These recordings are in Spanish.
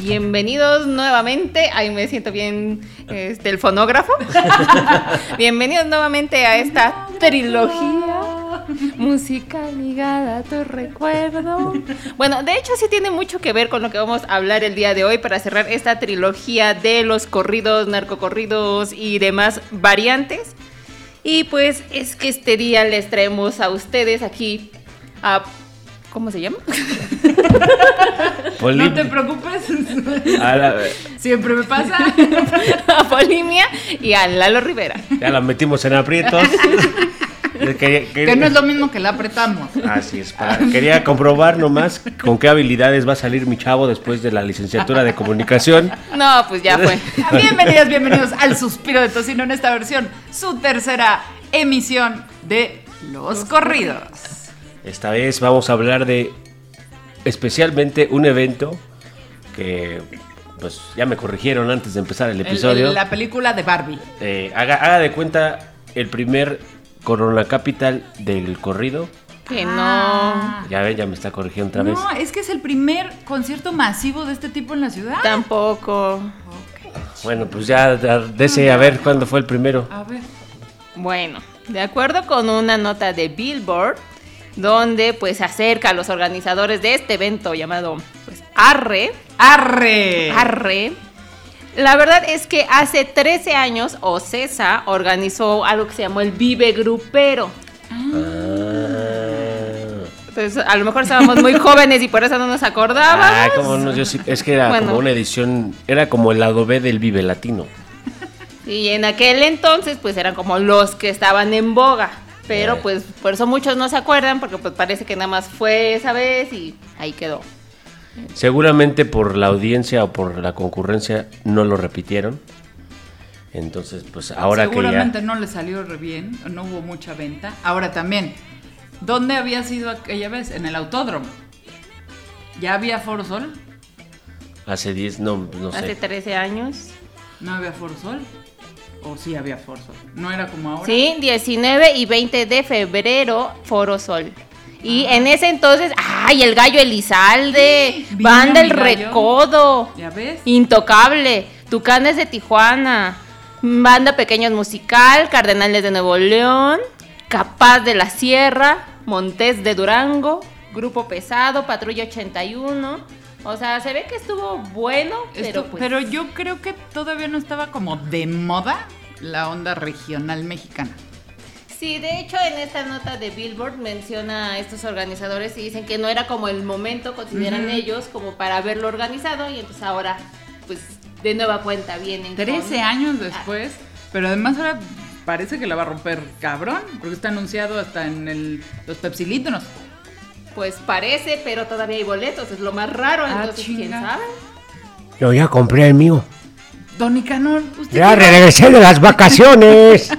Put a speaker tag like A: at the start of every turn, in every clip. A: Bienvenidos nuevamente. Ahí me siento bien este, el fonógrafo. Bienvenidos nuevamente a esta trilogía musical ligada a tu recuerdo. Bueno, de hecho sí tiene mucho que ver con lo que vamos a hablar el día de hoy para cerrar esta trilogía de los corridos, narcocorridos y demás variantes. Y pues es que este día les traemos a ustedes aquí a... ¿Cómo se llama?
B: Poli-
C: No te preocupes, Ah.
B: a, la,
C: siempre me pasa.
A: a Polimia y a Lalo Rivera.
B: ya la metimos en aprietos. Que- que-
C: Que no es lo mismo que la apretamos.
B: Así es, para- quería comprobar nomás con qué habilidades va a salir mi chavo después de la licenciatura de comunicación.
A: No, pues ya fue.
C: Bienvenidas, bienvenidos al Suspiro de Tocino en esta versión, su tercera emisión de Los Corridos.
B: Esta vez vamos a hablar de especialmente un evento que pues ya me corrigieron antes de empezar el
C: El-
B: episodio.
C: el- la película de Barbie.
B: Eh, haga, haga de cuenta el primer Corona Capital del corrido.
A: Que no.
C: Ah.
B: Ya ven, ya me está corrigiendo otra vez.
C: No, es que es el primer concierto masivo de este tipo en la ciudad.
A: Tampoco.
B: Bueno, pues ya ya, dese a ver cuándo fue el primero.
C: A ver.
A: Bueno, de acuerdo con una nota de Billboard, donde pues acerca a los organizadores de este evento llamado pues, Arre,
C: ¡Arre!
A: Arre. La verdad es que hace 13 años Ocesa organizó algo que se llamó el Vive Grupero.
B: Ah.
A: Entonces, a lo mejor estábamos muy jóvenes y por eso no nos
B: Ah,
A: acordábamos.
B: cómo no, yo sí- es que era
A: Bueno.
B: como una edición, era como el lado B del Vive Latino.
A: Y en aquel entonces, pues eran como los que estaban en boga. Pero
B: Ya.
A: pues por eso muchos no se acuerdan, porque pues parece que nada más fue esa vez y ahí quedó.
B: Seguramente por la audiencia o por la concurrencia no lo repitieron. Entonces, pues ahora que ya...
C: Seguramente no le salió re bien, no hubo mucha venta. Ahora también, ¿dónde había sido aquella vez? En el autódromo. ¿Ya había Foro Sol?
B: Hace 10, no, no
A: Hace
B: sé.
A: 13 años.
C: ¿No había Foro Sol? ¿O sí había Foro Sol? ¿No era como ahora?
A: Sí, 19 y 20 de febrero, Foro Sol. Y en ese entonces, ¡ay! El gallo Elizalde,
C: Ah. Sí, vino
A: Banda El
C: mi gallo.
A: Recodo,
C: ¿Ya ves?
A: Intocable, Tucanes de Tijuana, Banda Pequeños Musical, Cardenales de Nuevo León, Capaz de la Sierra, Montes de Durango, Grupo Pesado, Patrulla 81. O sea, se ve que estuvo bueno, pero
C: Esto-
A: pues...
C: pero yo creo que todavía no estaba como de moda la onda regional mexicana.
A: Sí, de hecho en esta nota de Billboard menciona a estos organizadores y dicen que no era como el momento, consideran ellos, como para haberlo organizado y entonces ahora, pues de nueva cuenta vienen. con-
C: 13
A: Ah.
C: años después, pero además ahora parece que la va a romper cabrón, porque está anunciado hasta en el, los pepsilitros.
A: Pues parece, pero todavía hay boletos, es lo más raro,
C: Ah,
A: entonces quién
C: chinga.
A: sabe.
B: Yo ya compré el mío.
C: Don Nicanor, usted qué va-
B: regresé de las vacaciones.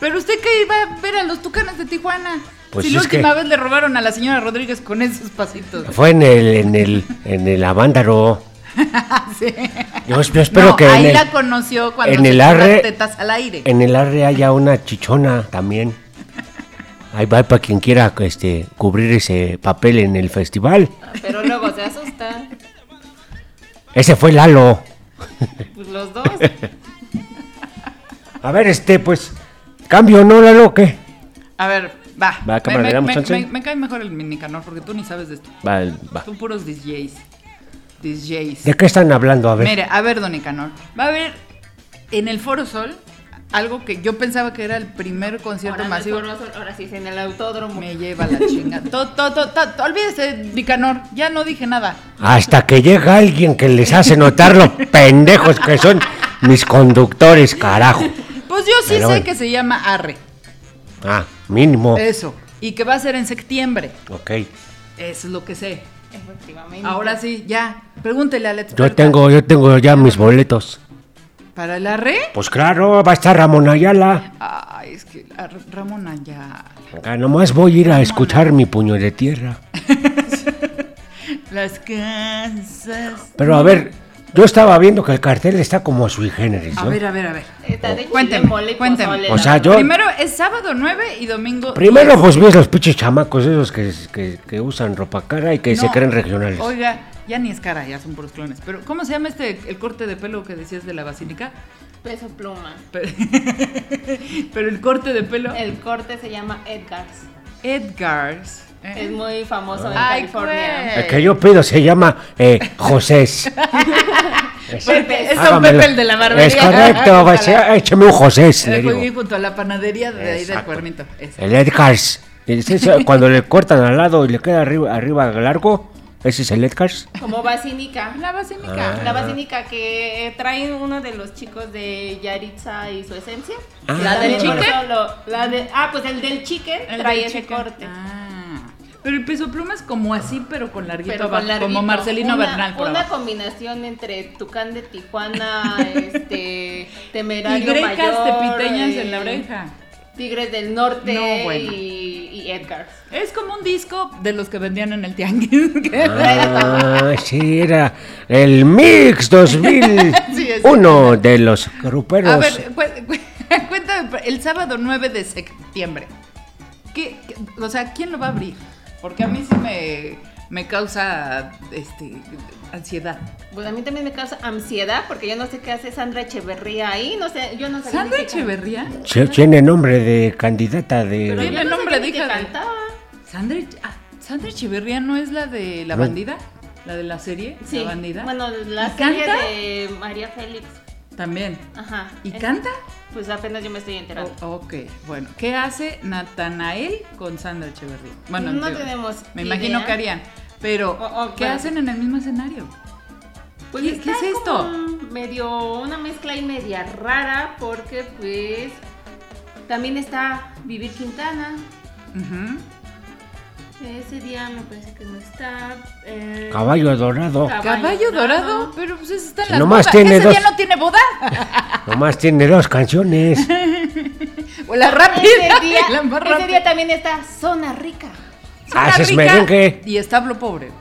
C: pero usted que iba a ver a los tucanes de Tijuana.
B: Pues
C: si la
B: es
C: última
B: que-
C: vez le robaron a la señora Rodríguez con esos pasitos.
B: Fue en el, en el, en el Avándaro.
C: Sí.
B: Yo, yo
C: No, ahí la conoció cuando
B: en
C: se
B: el
C: echó
B: arre-
C: las tetas al aire.
B: En el arre haya una chichona también. Ahí va para quien quiera este, cubrir ese papel en el festival.
A: Pero luego se asusta,
B: Ese fue Lalo.
A: pues los dos.
B: A ver, este, pues, cambio, ¿no, Lalo? ¿Qué?
C: A ver, va.
B: Va, cámara,
C: me,
B: le damos
C: me-
B: chance.
C: me- me cae mejor el Nicanor porque tú ni sabes de esto.
B: Va, va.
C: Son puros DJs. DJs.
B: ¿De qué están hablando? A ver.
C: Mire, a ver, don Nicanor. Va a haber en el Foro Sol algo que yo pensaba que era el primer concierto
A: Ahora, no es
C: masivo.
A: Foro Sol, ahora sí es en el autódromo.
C: Me lleva la chinga. Todo, todo, todo, todo. Olvídese, Nicanor. Ya no dije nada.
B: Hasta que llega alguien que les hace notar lo pendejos que son mis conductores, carajo.
C: Pues yo sí
B: Pero
C: sé
B: bueno.
C: que se llama Arre.
B: Ah, mínimo.
C: Eso. Y que va a ser en septiembre.
B: Ok.
C: Eso es lo que sé.
A: Efectivamente.
C: Ahora sí, ya. Pregúntele a la experta.
B: Yo tengo, yo tengo ya mis boletos.
C: ¿Para el Arre?
B: Pues claro, va a estar Ramón Ayala.
C: Ay, es que la R- Ramona ya.
B: Acá nomás voy a ir a escuchar mi puño de tierra.
C: Las casas.
B: Pero a ver, yo estaba viendo que el cartel está como sui generis,
C: A
B: ¿no?
C: ver, a ver, a ver.
A: Está de chile,
C: Cuénteme,
A: mole y
C: cuénteme.
A: pozole,
B: O
A: la
B: sea,
A: verdad.
B: Yo-
C: Primero es sábado 9 y domingo.
B: Primero, pues ves los pinches chamacos esos que, que, que usan ropa cara y que se creen regionales.
C: Oiga, Ya ni es cara, ya son puros clones. Pero, ¿cómo se llama este, el corte de pelo que decías de la basílica?
A: Peso pluma.
C: Pero, pero el corte de pelo.
A: El corte se llama Edgar's.
C: Edgar's. ¿eh?
A: Es muy famoso en
C: Ay,
A: California.
C: güey.
B: El que yo pido se llama eh, Josés.
A: Pepe.
C: Es Don
B: Hágamelo.
C: Pepe el de la barbería.
B: Ah, Es correcto,
C: Ojalá.
B: pues, eh, échame un Josés, le
C: Eh,
B: digo. Eh.
C: fui junto a la panadería de ahí del
B: Exacto.
C: cuernito. Ese.
B: El Edgars. Ese es Cuando le cortan al lado y le queda arriba, arriba largo, ese es el Edgars.
A: Como basílica.
C: La
B: Ah.
C: basílica.
A: La basílica que eh, traen uno de los chicos de Yaritza y su esencia.
B: Ah.
A: Que
B: ¿La
A: también
C: del
A: por
C: chicken?
A: eso lo- la de- ah, pues el del chicken
C: El
A: trae
C: del
A: ese
C: chicken.
A: corte.
C: Ah. Pero el peso pluma es como así, pero con larguito,
A: Pero
C: abajo,
A: con larguito.
C: como Marcelino
A: Una-
C: Bernal por
A: Una
C: abajo.
A: combinación entre Tucán de Tijuana, este,
C: Y
A: Temerario
C: grecas
A: Mayor,
C: tepiteñas en la
A: eh,
C: oreja.
A: Tigres del Norte
C: No, bueno.
A: y, y Edgar.
C: Es como un disco de los que vendían en el tianguis. que-
B: Ah, sí, era el Mix 2001
C: Sí, es-
B: de los gruperos.
C: A ver, cu- cu- cuéntame, el sábado 9 de septiembre. ¿Qué, qué- o sea, ¿quién lo va a abrir? Porque a mí sí me, me causa este, ansiedad.
A: Pues a mí también me causa ansiedad porque yo no sé qué hace Sandra Echeverría ahí, no sé, yo no sé.
C: ¿Sandra Echeverría?
B: Sí, Tiene nombre de candidata
A: Pero
B: de.
A: yo
C: Tiene
A: no
C: nombre
A: nombre
C: de
A: de que
C: hija de-
A: cantaba.
C: ¿Sandra, Eche- ah, ¿Sandra Echeverría no es la de la
B: No.
C: bandida? ¿La de la serie?
A: Sí.
C: ¿La bandida?
A: Bueno, la
C: ¿Y
A: serie
C: canta?
A: de María Félix.
C: También.
A: Ajá.
C: ¿Y
A: Es-
C: canta?
A: Pues apenas yo me estoy enterando.
C: O- Oh, ok, bueno. ¿Qué hace Natanael con Sandra Echeverría? Bueno,
A: No
C: digo,
A: tenemos
C: Me
A: idea.
C: imagino que harían. Pero,
A: O- o,
C: ¿qué
A: bueno.
C: hacen en el mismo escenario?
A: Pues
C: ¿Qué-
A: está
C: qué es esto?
A: como Medio una mezcla y media rara porque pues también está Vivir Quintana.
C: Ujú.
A: Ese día me parece que no está. eh,
B: Caballo dorado.
C: Caballo dorado,
A: dorado.
C: pero pues esa está
B: Si
C: la
B: nomás
C: boda.
B: tiene
C: ¿Ese día
B: dos-
C: no tiene boda?
B: Nomás tiene dos canciones.
C: O la rápida.
A: Ese día,
C: la más
A: ese día
C: rápida.
A: también está Zona Rica.
C: Zona
B: Haces
C: Rica
B: Ah, merengue.
C: Y establo pobre.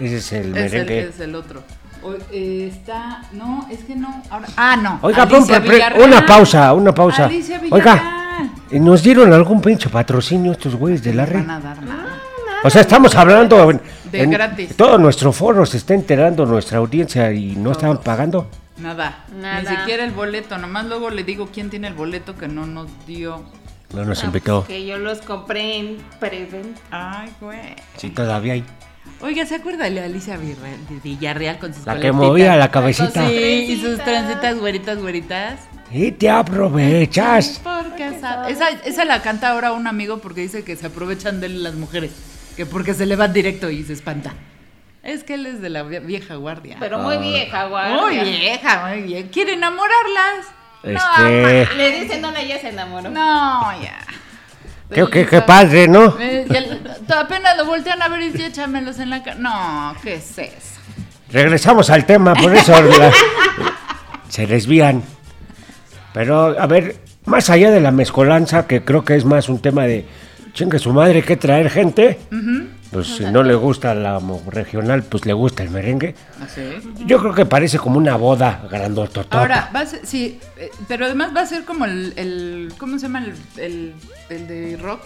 B: Ese es el
C: es, el,
B: merengue.
C: es el otro. O- eh, está. No, es que no. Ahora, ah, no.
B: Oiga,
C: Alicia
B: pon- pre- pre-
C: Villarreal.
B: una pausa, una pausa.
C: Alicia Villarreal.
B: Oiga, ¿nos dieron algún pinche patrocinio estos güeyes de la red?
C: Van a dar nada.
B: O sea, estamos hablando. en-
C: De
B: en
C: gratis.
B: Todo nuestro foro se está enterando, nuestra audiencia, y no estaban pagando.
C: Nada. Ni
A: Nada.
C: siquiera el boleto. Nomás luego le digo quién tiene el boleto que no nos dio.
B: No nos
A: Ah,
B: invitó.
A: pues, que yo los compré en preventa.
C: Ay, güey.
B: Sí, todavía hay.
C: Oiga, ¿se acuerda de Alicia Virre- Villarreal con sus
B: La que
C: coletitas?
B: movía la cabecita.
C: Sí, y sus
A: Trencitas.
C: trencitas güeritas, güeritas.
B: Y te aprovechas.
C: Porque esa, esa, esa la canta ahora un amigo porque dice que se aprovechan de él las mujeres. Que porque se le va directo y se espanta. Es que él es de la vie- vieja guardia.
A: Pero muy
B: Ah.
A: vieja, guay.
C: muy vieja, muy bien. Quiere enamorarlas.
B: Este.
A: Le dicen, no, ella se enamoró.
C: No, no, ya.
B: Qué, qué, qué padre, ¿no?
C: Eh, ya lo- apenas lo voltean a ver y dicen, échamelos en la cara. No, ¿qué es eso?
B: Regresamos al tema, por eso la- se desvían. Pero, a ver, más allá de la mezcolanza, que creo que es más un tema de chingue su madre que traer gente, pues si no le gusta la mo- regional, pues le gusta el merengue. Yo creo que parece como una boda grandototota.
C: Ahora, va a ser, sí, eh, pero además va a ser como el, el ¿cómo se llama? El, el, el de rock.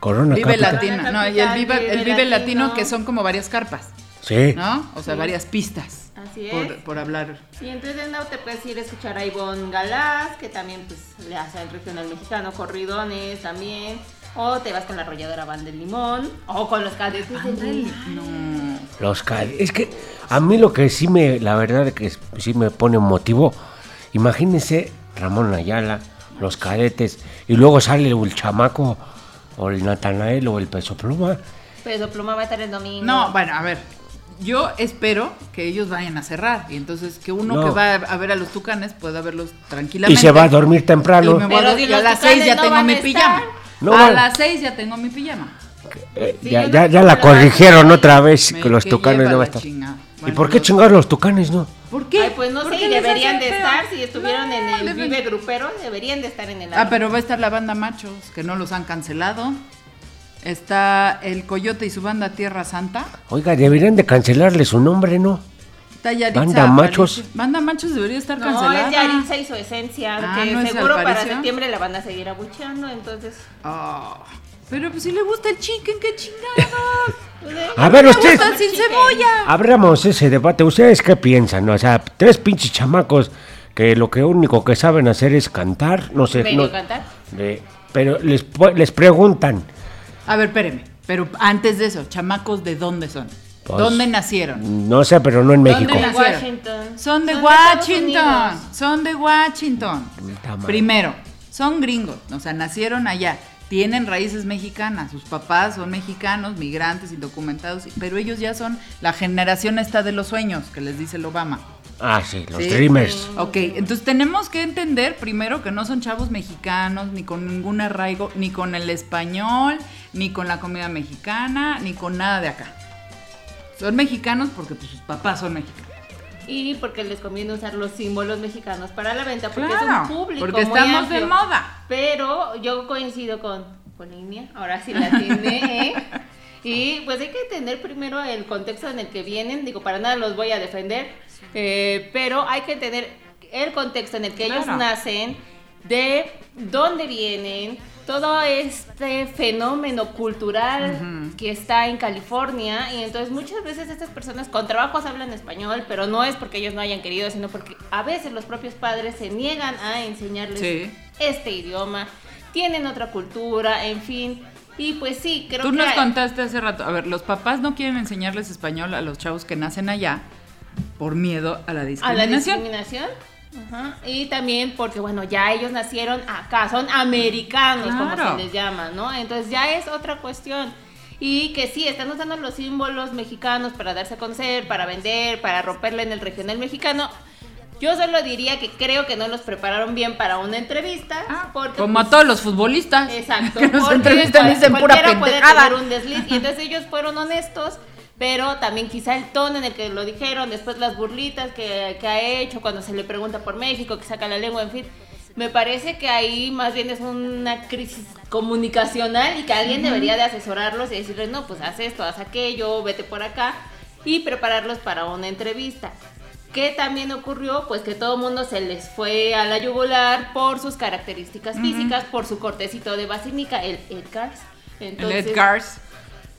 B: Corona
C: Vive
B: Capital.
C: Latino. No, y el Vive, el Vive Latino, que son como varias carpas,
B: Sí.
C: ¿no? O sea,
A: Sí.
C: varias pistas.
A: Así
C: Por,
A: es.
C: por hablar.
A: Y entonces no te puedes ir a escuchar a Ivonne Galás, que también pues le hace al regional mexicano, corridones también. O te vas con la arrolladora Van del Limón. O con los cadetes del
C: Ándale.
A: Limón.
C: No.
B: Los cal- Es que a mí lo que sí me, la verdad que es- sí me pone un motivo, imagínense Ramón Ayala, los cadetes, y luego sale el chamaco, o el Natanael, o el Peso Pluma.
A: Pero Pluma va a estar el domingo.
C: No, bueno, a ver. Yo espero que ellos vayan a cerrar. Y entonces que uno
B: No.
C: que va a ver a los tucanes pueda verlos tranquilamente.
B: Y se va a dormir
C: Y me
B: temprano.
C: voy a
A: Pero
C: dor-
A: si
C: y a
A: los
C: las 6 ya
A: tucanes no
C: tengo
A: van a
C: mi
A: estar.
C: pijama.
B: No
C: a
B: van.
C: las 6 ya tengo mi pijama.
B: Eh,
A: Sí,
B: ya,
A: yo
B: ya,
A: no-
B: ya
A: no
B: la
A: la
B: corrigieron otra vez,
C: Me-
B: que los
C: que
B: tucanes
C: lleva
B: no va
C: la
B: a estar.
C: chingada.
B: ¿Y
C: Bueno,
B: por qué
C: no.
B: chingar los tucanes, no?
C: ¿Por qué?
A: Ay, pues no
C: ¿Por
A: sé,
C: qué
A: y
C: les
A: deberían
C: hacen
A: de
C: feo?
A: estar, si estuvieron
C: No,
A: en el
C: deben-
A: Vive Grupero, deberían de estar en el
C: Ah, pero va a estar la banda Machos, que no los han cancelado. Está el Coyote y su banda Tierra Santa.
B: Oiga, deberían de cancelarle su nombre, ¿no?
C: Está Yaritza
B: Banda
C: Aparicio.
B: Machos.
C: Banda Machos debería estar
A: No,
C: cancelada.
A: es Yaritza y su esencia,
C: Ah,
A: que
C: ¿no es
A: seguro para
C: Aparicio?
A: septiembre la van a seguir abucheando, entonces...
C: Oh, Pero pues si le gusta el chicken, qué chingados.
A: pues,
B: A ver,
C: Me
B: ustedes.
C: gusta sin
A: Chicken.
C: cebolla.
B: Abramos ese debate. ¿Ustedes qué piensan? O sea, tres pinches chamacos que lo que único que saben hacer es cantar. No sé.
A: Medio
B: pues, no-
A: cantar.
B: Eh, pero les, pu- les preguntan. Ah.
C: A ver, espéreme. Pero antes de eso, chamacos, ¿de dónde son?
B: Pues,
C: ¿Dónde nacieron?
B: No sé, pero no en México.
C: ¿Dónde
A: De
C: nacieron?
A: Washington.
C: Son de
A: Estados
C: Washington.
A: Unidos.
C: Son de Washington.
B: Puta madre.
C: Primero, son gringos. O sea, nacieron allá. Tienen raíces mexicanas. Sus papás son mexicanos, migrantes, indocumentados. Pero ellos ya son la generación esta de los sueños que les dice el Obama.
B: Ah, sí, los
C: Sí.
B: dreamers.
C: Ok, entonces tenemos que entender primero que no son chavos mexicanos, ni con ningún arraigo, ni con el español, ni con la comida mexicana, ni con nada de acá. Son mexicanos porque pues, sus papás son mexicanos.
A: Y porque les conviene usar los símbolos mexicanos para la venta, porque
C: Claro,
A: es un público.
C: porque
A: muy
C: estamos de
A: amplio.
C: moda.
A: Pero yo coincido con Polinia, ahora sí la tiene, ¿eh? Y pues hay que entender primero el contexto en el que vienen, digo, para nada los voy a defender, eh, pero hay que entender el contexto en el que ellos
C: Claro.
A: nacen, de dónde vienen, todo este fenómeno cultural que está en California. Y entonces muchas veces estas personas con trabajos hablan español, pero no es porque ellos no hayan querido, sino porque a veces los propios padres se niegan a enseñarles
C: Sí.
A: este idioma, tienen otra cultura, en fin. Y pues sí, creo
C: Tú
A: que
C: nos
A: hay-
C: contaste hace rato, a ver, los papás no quieren enseñarles español a los chavos que nacen allá por miedo a la
A: a la
C: discriminación.
A: discriminación. Ajá. Y también porque, bueno, ya ellos nacieron acá, son americanos,
C: Claro.
A: como se les llama, ¿no? Entonces ya es otra cuestión. Y que sí, están usando los símbolos mexicanos para darse a conocer, para vender, para romperle en el regional mexicano. Yo solo diría que creo que no los prepararon bien para una entrevista.
C: Ah,
A: porque,
C: como a
A: pues,
C: todos los futbolistas.
A: Exacto.
C: Que nos
A: porque
C: entrevistan y dicen pura
A: cualquiera puede
C: pendejada.
A: tener un desliz. Y entonces ellos fueron honestos, pero también quizá el tono en el que lo dijeron, después las burlitas que, que ha hecho cuando se le pregunta por México, que saca la lengua, en fin. Me parece que ahí más bien es una crisis comunicacional y que alguien debería de asesorarlos y decirles, no, pues haz esto, haz aquello, vete por acá y prepararlos para una entrevista. ¿Qué también ocurrió? Pues que todo el mundo se les fue a la yugular por sus características físicas, por su cortecito de basílica, el Edgars.
C: El
A: Entonces,
C: Edgars.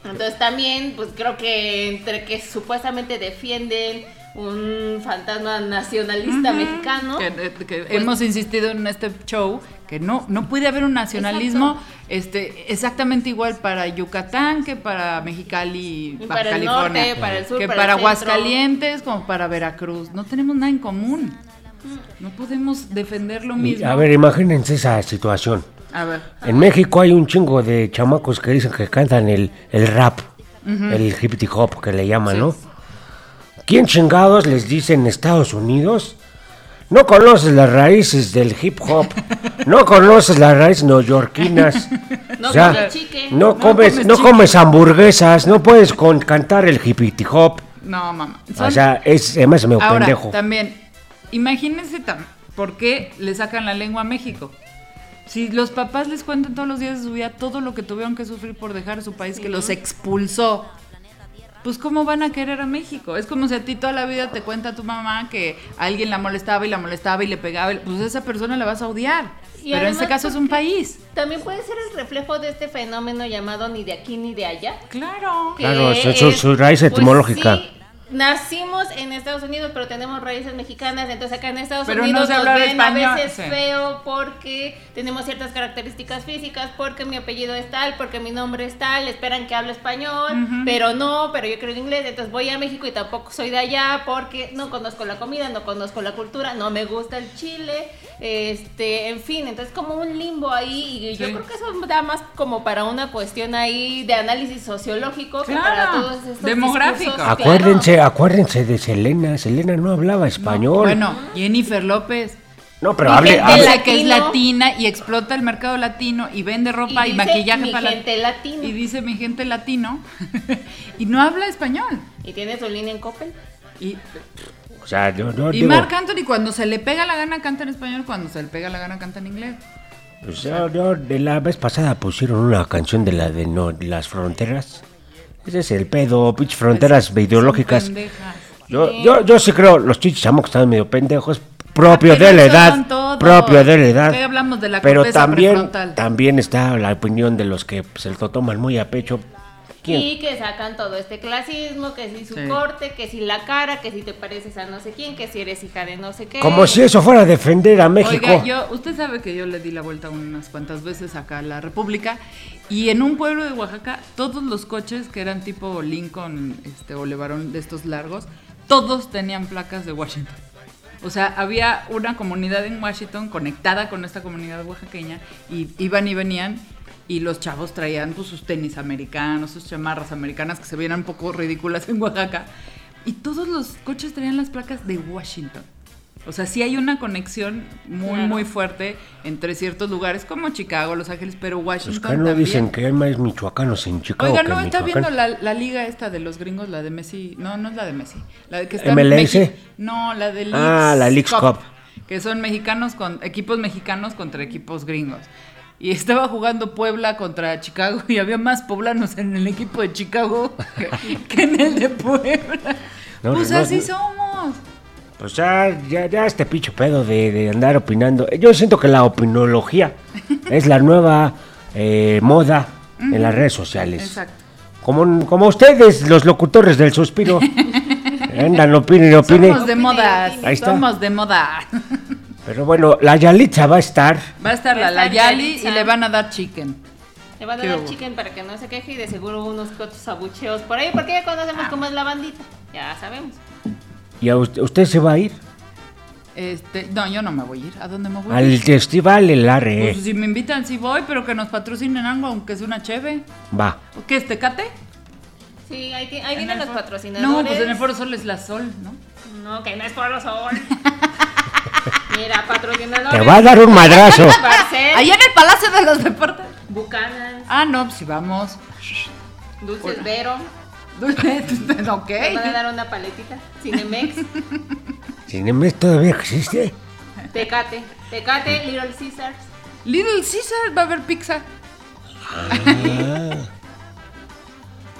A: entonces también, pues creo que entre que supuestamente defienden un fantasma nacionalista mexicano. pues
C: Que, eh, que hemos insistido en este show que no, no puede haber un nacionalismo este, exactamente igual para Yucatán que para Mexicali,
A: Y
C: Baja
A: para el
C: California,
A: norte, para el sur,
C: que
A: para
C: para,
A: el centro.
C: Aguascalientes como para Veracruz. No tenemos nada en común.
A: Mm.
C: No podemos defender lo
B: Y,
C: mismo.
B: a ver, imagínense esa situación.
C: A ver.
B: En México hay un chingo de chamacos que dicen que cantan el, el rap, el hip hop que le llaman,
C: Sí.
B: ¿no? ¿Quién chingados les dice en Estados Unidos? No conoces las raíces del hip hop, no conoces las raíces neoyorquinas.
A: No comes chique.
B: no
C: No
B: comes,
C: comes
B: no
C: chique.
B: comes hamburguesas, no puedes con- cantar el hip hop.
C: No, mamá.
B: O
C: Son-
B: sea, es además medio
C: Ahora,
B: pendejo.
C: también, imagínense tam- por qué le sacan la lengua a México. Si los papás les cuentan todos los días de su vida todo lo que tuvieron que sufrir por dejar su país que los expulsó, pues ¿cómo van a querer a México? Es como si a ti toda la vida te cuenta tu mamá que alguien la molestaba y la molestaba y le pegaba, y- pues a esa persona la vas a odiar.
A: Y
C: Pero en
A: además
C: este caso es un
A: porque-
C: país.
A: También puede ser el reflejo de este fenómeno llamado ni de aquí ni de allá.
C: Claro.
A: que
B: Claro, su- su- su raíz
A: pues,
B: etimológica.
A: sí, nacimos en Estados Unidos, pero tenemos raíces mexicanas, entonces acá en Estados
C: Pero no
A: Unidos
C: sé
A: nos
C: hablar
A: ven a
C: español,
A: veces
C: sí.
A: feo porque tenemos ciertas características físicas, porque mi apellido es tal, porque mi nombre es tal, esperan que hable español, pero no, pero yo creo en inglés, entonces voy a México y tampoco soy de allá porque no conozco la comida, no conozco la cultura, no me gusta el chile, este, en fin, entonces como un limbo ahí y yo
C: Sí.
A: creo que eso da más como para una cuestión ahí de análisis sociológico que
C: Claro,
A: para todos estos
C: demográfico.
A: discursos, claro.
B: Acuérdense, acuérdense de Selena. Selena no hablaba español. Ah. No,
C: Bueno, Jennifer López.
B: pero
A: Mi
B: hable,
A: gente
B: hable-
C: de
A: la-
C: la que es
A: Latino.
C: latina y explota el mercado latino y vende
A: Y
C: ropa y,
A: dice,
C: maquillaje
A: mi
C: para la-
A: gente latina.
C: y dice mi gente latino y no habla español
A: Y tiene su línea en Coppel.
C: y,
B: O sea, yo, yo
C: y
B: digo,
C: Marc Anthony cuando se le pega la gana canta en español cuando se le pega la gana canta en inglés
B: pues, yo- yo- de la vez pasada pusieron una canción de la de no, las fronteras. Ese es el pedo, pinche fronteras
C: Pues,
B: ideológicas.
C: Pendejas.
B: Yo, yo, yo sí creo, los chichamos que están medio pendejos, propio
C: Pero
B: de la
C: eso
B: edad.
C: son todos. todo.
B: propio de la edad.
C: Ya hablamos de la
B: pero
C: corteza
B: también,
C: prefrontal.
B: también está la opinión de los que pues, se lo toman muy a pecho. ¿Quién?
A: Y que sacan todo este clasismo, que si su
C: Sí.
A: corte, que si la cara, que si te pareces a no sé quién, que si eres hija de no sé qué.
B: Como si eso fuera a defender a México.
C: Oiga, yo, usted sabe que yo le di la vuelta unas cuantas veces acá a la República y en un pueblo de Oaxaca todos los coches que eran tipo Lincoln este, o Levarón de estos largos, todos tenían placas de Washington. O sea, había una comunidad en Washington conectada con esta comunidad oaxaqueña y iban y venían y los chavos traían pues, sus tenis americanos, sus chamarras americanas que se vieran un poco ridículas en Oaxaca y todos los coches traían las placas de Washington. O sea, sí hay una conexión muy,
A: Claro.
C: muy fuerte entre ciertos lugares como Chicago, Los Ángeles, pero
B: Los
C: Washington
B: que Pues no
C: también.
B: dicen que hay más michoacanos en Chicago
C: Oiga,
B: que
C: no,
B: en
C: está viendo
B: Michoacán.
C: la, la liga esta de los gringos, la de Messi. No, no es la de Messi. La de que está
B: ¿MLS?
C: Mexi- No, la de Leagues
B: Ah, la Leagues Cup.
C: Que son mexicanos con equipos mexicanos contra equipos gringos. Y estaba jugando Puebla contra Chicago y había más poblanos en el equipo de Chicago que, que en el de Puebla.
B: No,
C: pues
B: no,
C: así
B: no.
C: somos.
B: Pues ya, ya, ya este pinche pedo de, de andar opinando. Yo siento que la opinología es la nueva eh, moda en las redes sociales.
C: Exacto.
B: Como, como ustedes, los locutores del suspiro. Andan, opinen, opinen.
C: Somos de moda.
B: Ahí está.
C: Somos de moda.
B: Pero bueno, la Yalitza va a estar.
C: Va a estar
A: Va a
C: la, la
A: estar
C: Yali y
A: Yalitza.
C: le van a dar chicken.
A: Le van a
C: ¿Qué
A: dar
C: hubo?
A: chicken para que no se queje y de seguro unos cuantos abucheos por ahí, porque ya
C: Ah.
A: conocemos cómo es la bandita. Ya sabemos.
B: ¿Y a usted, usted se va a ir?
C: Este, no, yo no me voy a ir. ¿A dónde me voy? a
B: Al
C: ir?
B: festival El Arre.
C: Pues si me invitan, sí voy, pero que nos patrocinen algo, aunque sea una cheve.
B: Va.
C: ¿O qué, este cate?
A: Sí, ahí, ti- ahí
C: En
A: vienen
C: el
A: los
C: foro-
A: patrocinadores.
C: No, pues en el Foro Sol es la Sol, ¿no?
A: No, que no es por los sol. Mira, patrocinadores.
B: Te va a dar un madrazo.
A: Barcel,
C: Allá en el Palacio de los Deportes.
A: Buchanan,
C: Ah, no, pues si vamos.
A: Dulces Vero.
C: ok.
A: Te van a dar una paletita. Cinemex,
B: ¿Cinemex todavía existe?
A: Tecate. Tecate, Little Caesars.
C: Little Caesar va a haber pizza.
B: Ah.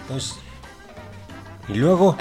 B: Pues, y luego.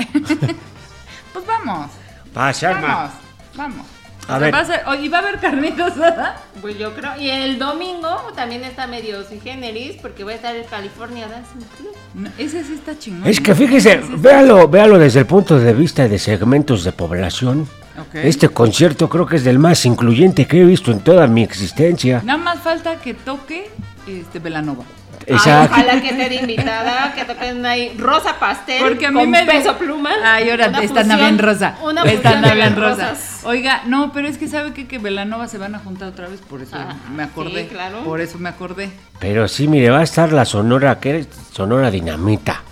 C: Pues vamos.
B: Pasa,
C: Vamos. Vamos.
B: A
C: O sea,
B: ver.
C: va ser- oye, ¿Y va a haber carnitas asada?
A: Pues yo creo. Y el domingo también está medio sui generis porque va a estar el California Dancing Club.
C: No, ese sí está chingón.
B: Es que
C: ¿no?
B: fíjese,
C: Ese sí está-
B: véalo, véalo desde el punto de vista de segmentos de población.
C: Ok.
B: Este concierto creo que es del más incluyente que he visto en toda mi existencia.
C: Nada más falta que toque este Belanova.
B: Exacto.
A: Ah, ojalá que esté de invitada, que toquen ahí rosa pastel.
C: Porque a mí
A: con
C: me
A: peso pluma.
C: Ay, ahora
A: Una
C: está
A: fusión-
C: bien rosa.
A: Una
C: está
A: fusión de las
C: bien rosa.
A: rosas.
C: Oiga, no, pero es que sabe que que Belanova se van a juntar otra vez, por eso
A: Ah,
C: me acordé.
A: sí, claro.
C: Por eso me acordé.
B: Pero sí, mire, va a estar la Sonora, que es Sonora Dinamita,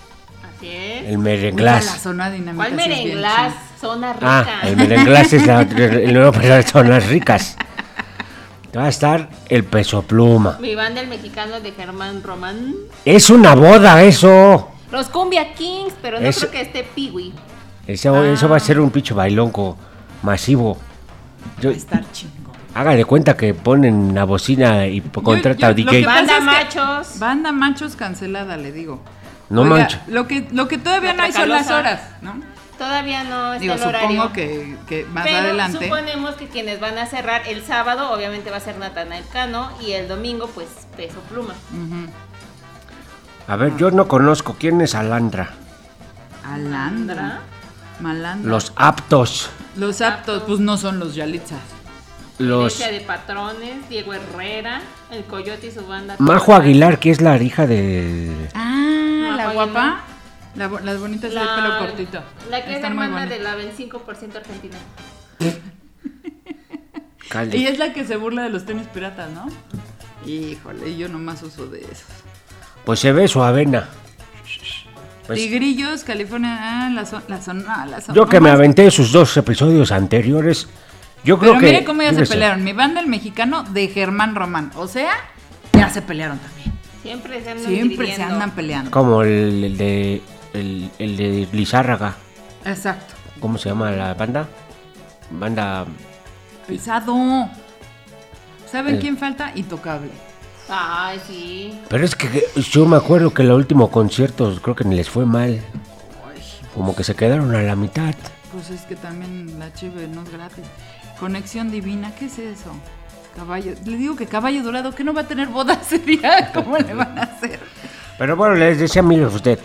A: Así es.
B: el
C: Usa La
B: merenglás.
C: zona dinámica.
A: ¿Cuál
C: sí es bien
A: merenglás?
C: chida.
A: Zona rica.
B: Ah, el merenglás es la, el nuevo son las ricas. Va a estar el peso pluma.
A: Mi banda el mexicano de Germán Román.
B: Es una boda eso.
A: Los Cumbia Kings, pero no
B: Es-
A: creo que esté Piwi.
B: Eso, eso
C: Ah.
B: va a ser un pinche bailonco masivo. Yo,
C: Va a estar chingón.
B: haga de cuenta que ponen la bocina y po-
C: Yo-
B: contrata
C: yo-
B: a
C: lo que
B: DJ.
C: pasa
A: Banda
C: es que-
A: machos.
C: Banda machos cancelada, le digo.
B: No
C: Oiga,
B: manches.
C: Lo que, lo que todavía
A: La
C: no hay son las
A: tracalosa.
C: horas, ¿no?
A: Todavía no está
C: Digo,
A: el horario.
C: supongo que, que más
A: Pero
C: adelante.
A: suponemos que quienes van a cerrar el sábado, obviamente va a ser Natanael Cano, y el domingo, pues, Peso Pluma.
C: Ujú.
B: A ver, yo no conozco quién es Alandra.
C: Alandra. Malandra.
B: Los aptos.
C: Los aptos, pues no son los Yalitzas.
B: Los
A: Iglesia de Patrones, Diego Herrera, el Coyote y su banda.
B: Majo Aguilar, que es la hija de
C: Ah,
A: Majo
C: la
A: Aguilar.
C: guapa. La bo- las bonitas del pelo cortito.
A: La que es
C: Están muy
A: hermana de
C: bonitas.
A: la 25% argentina.
B: Cali.
C: Y es la que se burla de los tenis piratas, ¿no? Híjole, yo nomás uso de esos.
B: Pues se ve su avena. Pues-
C: Tigrillos, California, ah, la zona, la zona, la zona.
B: Yo que me
C: nomás.
B: aventé sus dos episodios anteriores, yo creo
C: Pero
B: que.
C: mire cómo ya se
B: fíjese,
C: pelearon. Mi banda, el mexicano, de Germán Román. O sea, ya se pelearon también.
A: Siempre se andan
C: Siempre se
A: dividiendo.
C: andan peleando.
B: Como el, el de. El, el de Lizárraga.
C: Exacto.
B: ¿Cómo se llama la banda? Banda.
C: Pesado.
B: Eh.
C: ¿Saben quién falta? Intocable.
A: Ay, sí.
B: Pero es que yo me acuerdo que el último concierto creo que ni les fue mal. Como que se quedaron a la mitad.
C: Pues es que también la cheve no es gratis. Conexión divina, ¿qué es eso? Caballo, le digo que caballo dorado, que no va a tener boda ese día. ¿Cómo le van a hacer?
B: Pero bueno, les decía, mire usted.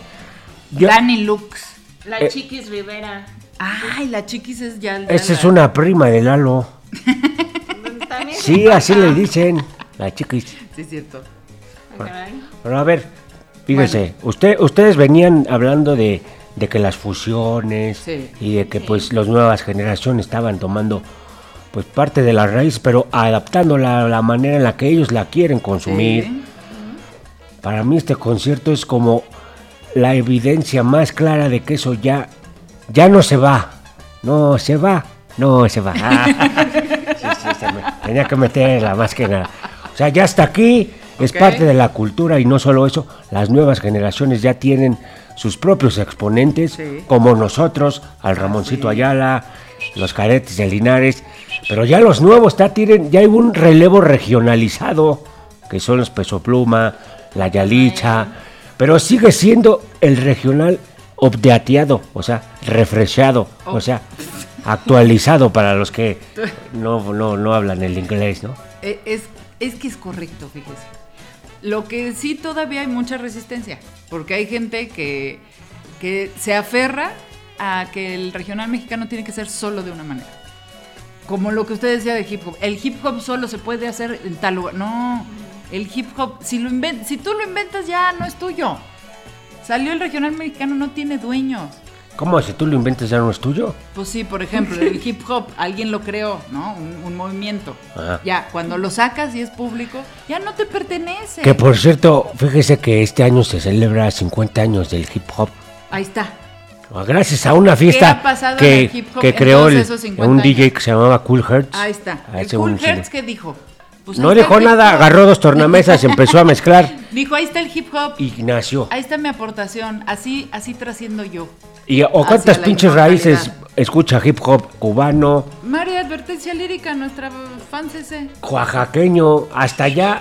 B: Yo,
C: Dani Lux.
A: La
B: Eh.
A: Chiquis Rivera.
C: Ay, la chiquis es ya. ya
B: esa es
C: la-
B: una prima de Lalo.
A: También. Ah,
B: Sí, así le dicen. La chiquis.
C: Sí, es cierto.
A: Caray.
B: Pero a ver, fíjese, usted, ustedes venían hablando de, de que las fusiones
C: Sí.
B: y de que pues las nuevas generaciones estaban tomando pues parte de la raíz, pero adaptándola a la manera en la que ellos la quieren consumir.
C: Sí.
B: Para mí este concierto es como la evidencia más clara de que eso ya, ya no se va. No se va, no se va. Ah. Sí, sí, se me- tenía que meterla más que nada. O sea, ya está aquí, es
C: Ok.
B: parte de la cultura y no solo eso, las nuevas generaciones ya tienen sus propios exponentes,
C: Sí.
B: como nosotros, al Ramoncito Ayala, los caretes de Linares, pero ya los nuevos ya tienen, ya hay un relevo regionalizado, que son los Peso Pluma, la Yalicha, pero sigue siendo el regional updateado, o sea, refrescado, o sea, actualizado para los que no, no, no hablan el inglés, ¿no?
C: Eh, Es, es que es correcto, fíjese. Lo que sí todavía hay mucha resistencia, porque hay gente que, que se aferra a que el regional mexicano tiene que ser solo de una manera. Como lo que usted decía de hip hop. El hip hop solo se puede hacer en tal lugar. No, el hip hop, si, lo inven- si tú lo inventas ya no es tuyo. Salió el regional mexicano, no tiene dueños.
B: ¿Cómo? Si tú lo inventas ya no es tuyo.
C: Pues sí, por ejemplo, el hip hop, alguien lo creó, ¿no? Un, un movimiento.
B: Ajá.
C: Ya, cuando lo sacas y es público, ya no te pertenece.
B: Que por cierto, fíjese que este año se celebra 50 años del hip hop. Ah,
C: Ahí está.
B: Gracias a una
C: ha
B: fiesta
C: pasado en
B: que,
C: el hip hop
B: que
C: en
B: creó
C: todos
B: el-
C: esos 50
B: un
C: años?
B: DJ que se llamaba Cool Hertz.
C: Ahí está.
B: Ah,
C: El
B: ese
C: Cool
B: un chile.
C: Hertz, ¿qué dijo? Pues
B: no
C: ahí está
B: dijo
C: el hip
B: nada,
C: hop.
B: agarró dos tornamesas, empezó a mezclar
C: Dijo, ahí está el hip hop,
B: y nació.
C: ahí está mi aportación, así, así trasciendo yo.
B: Y, ¿O
C: hacia
B: cuántas
C: la
B: pinches raíces
C: inmortalidad.
B: escucha hip hop cubano,
C: María, advertencia lírica, nuestra fan CC.
B: oaxaqueño, hasta allá?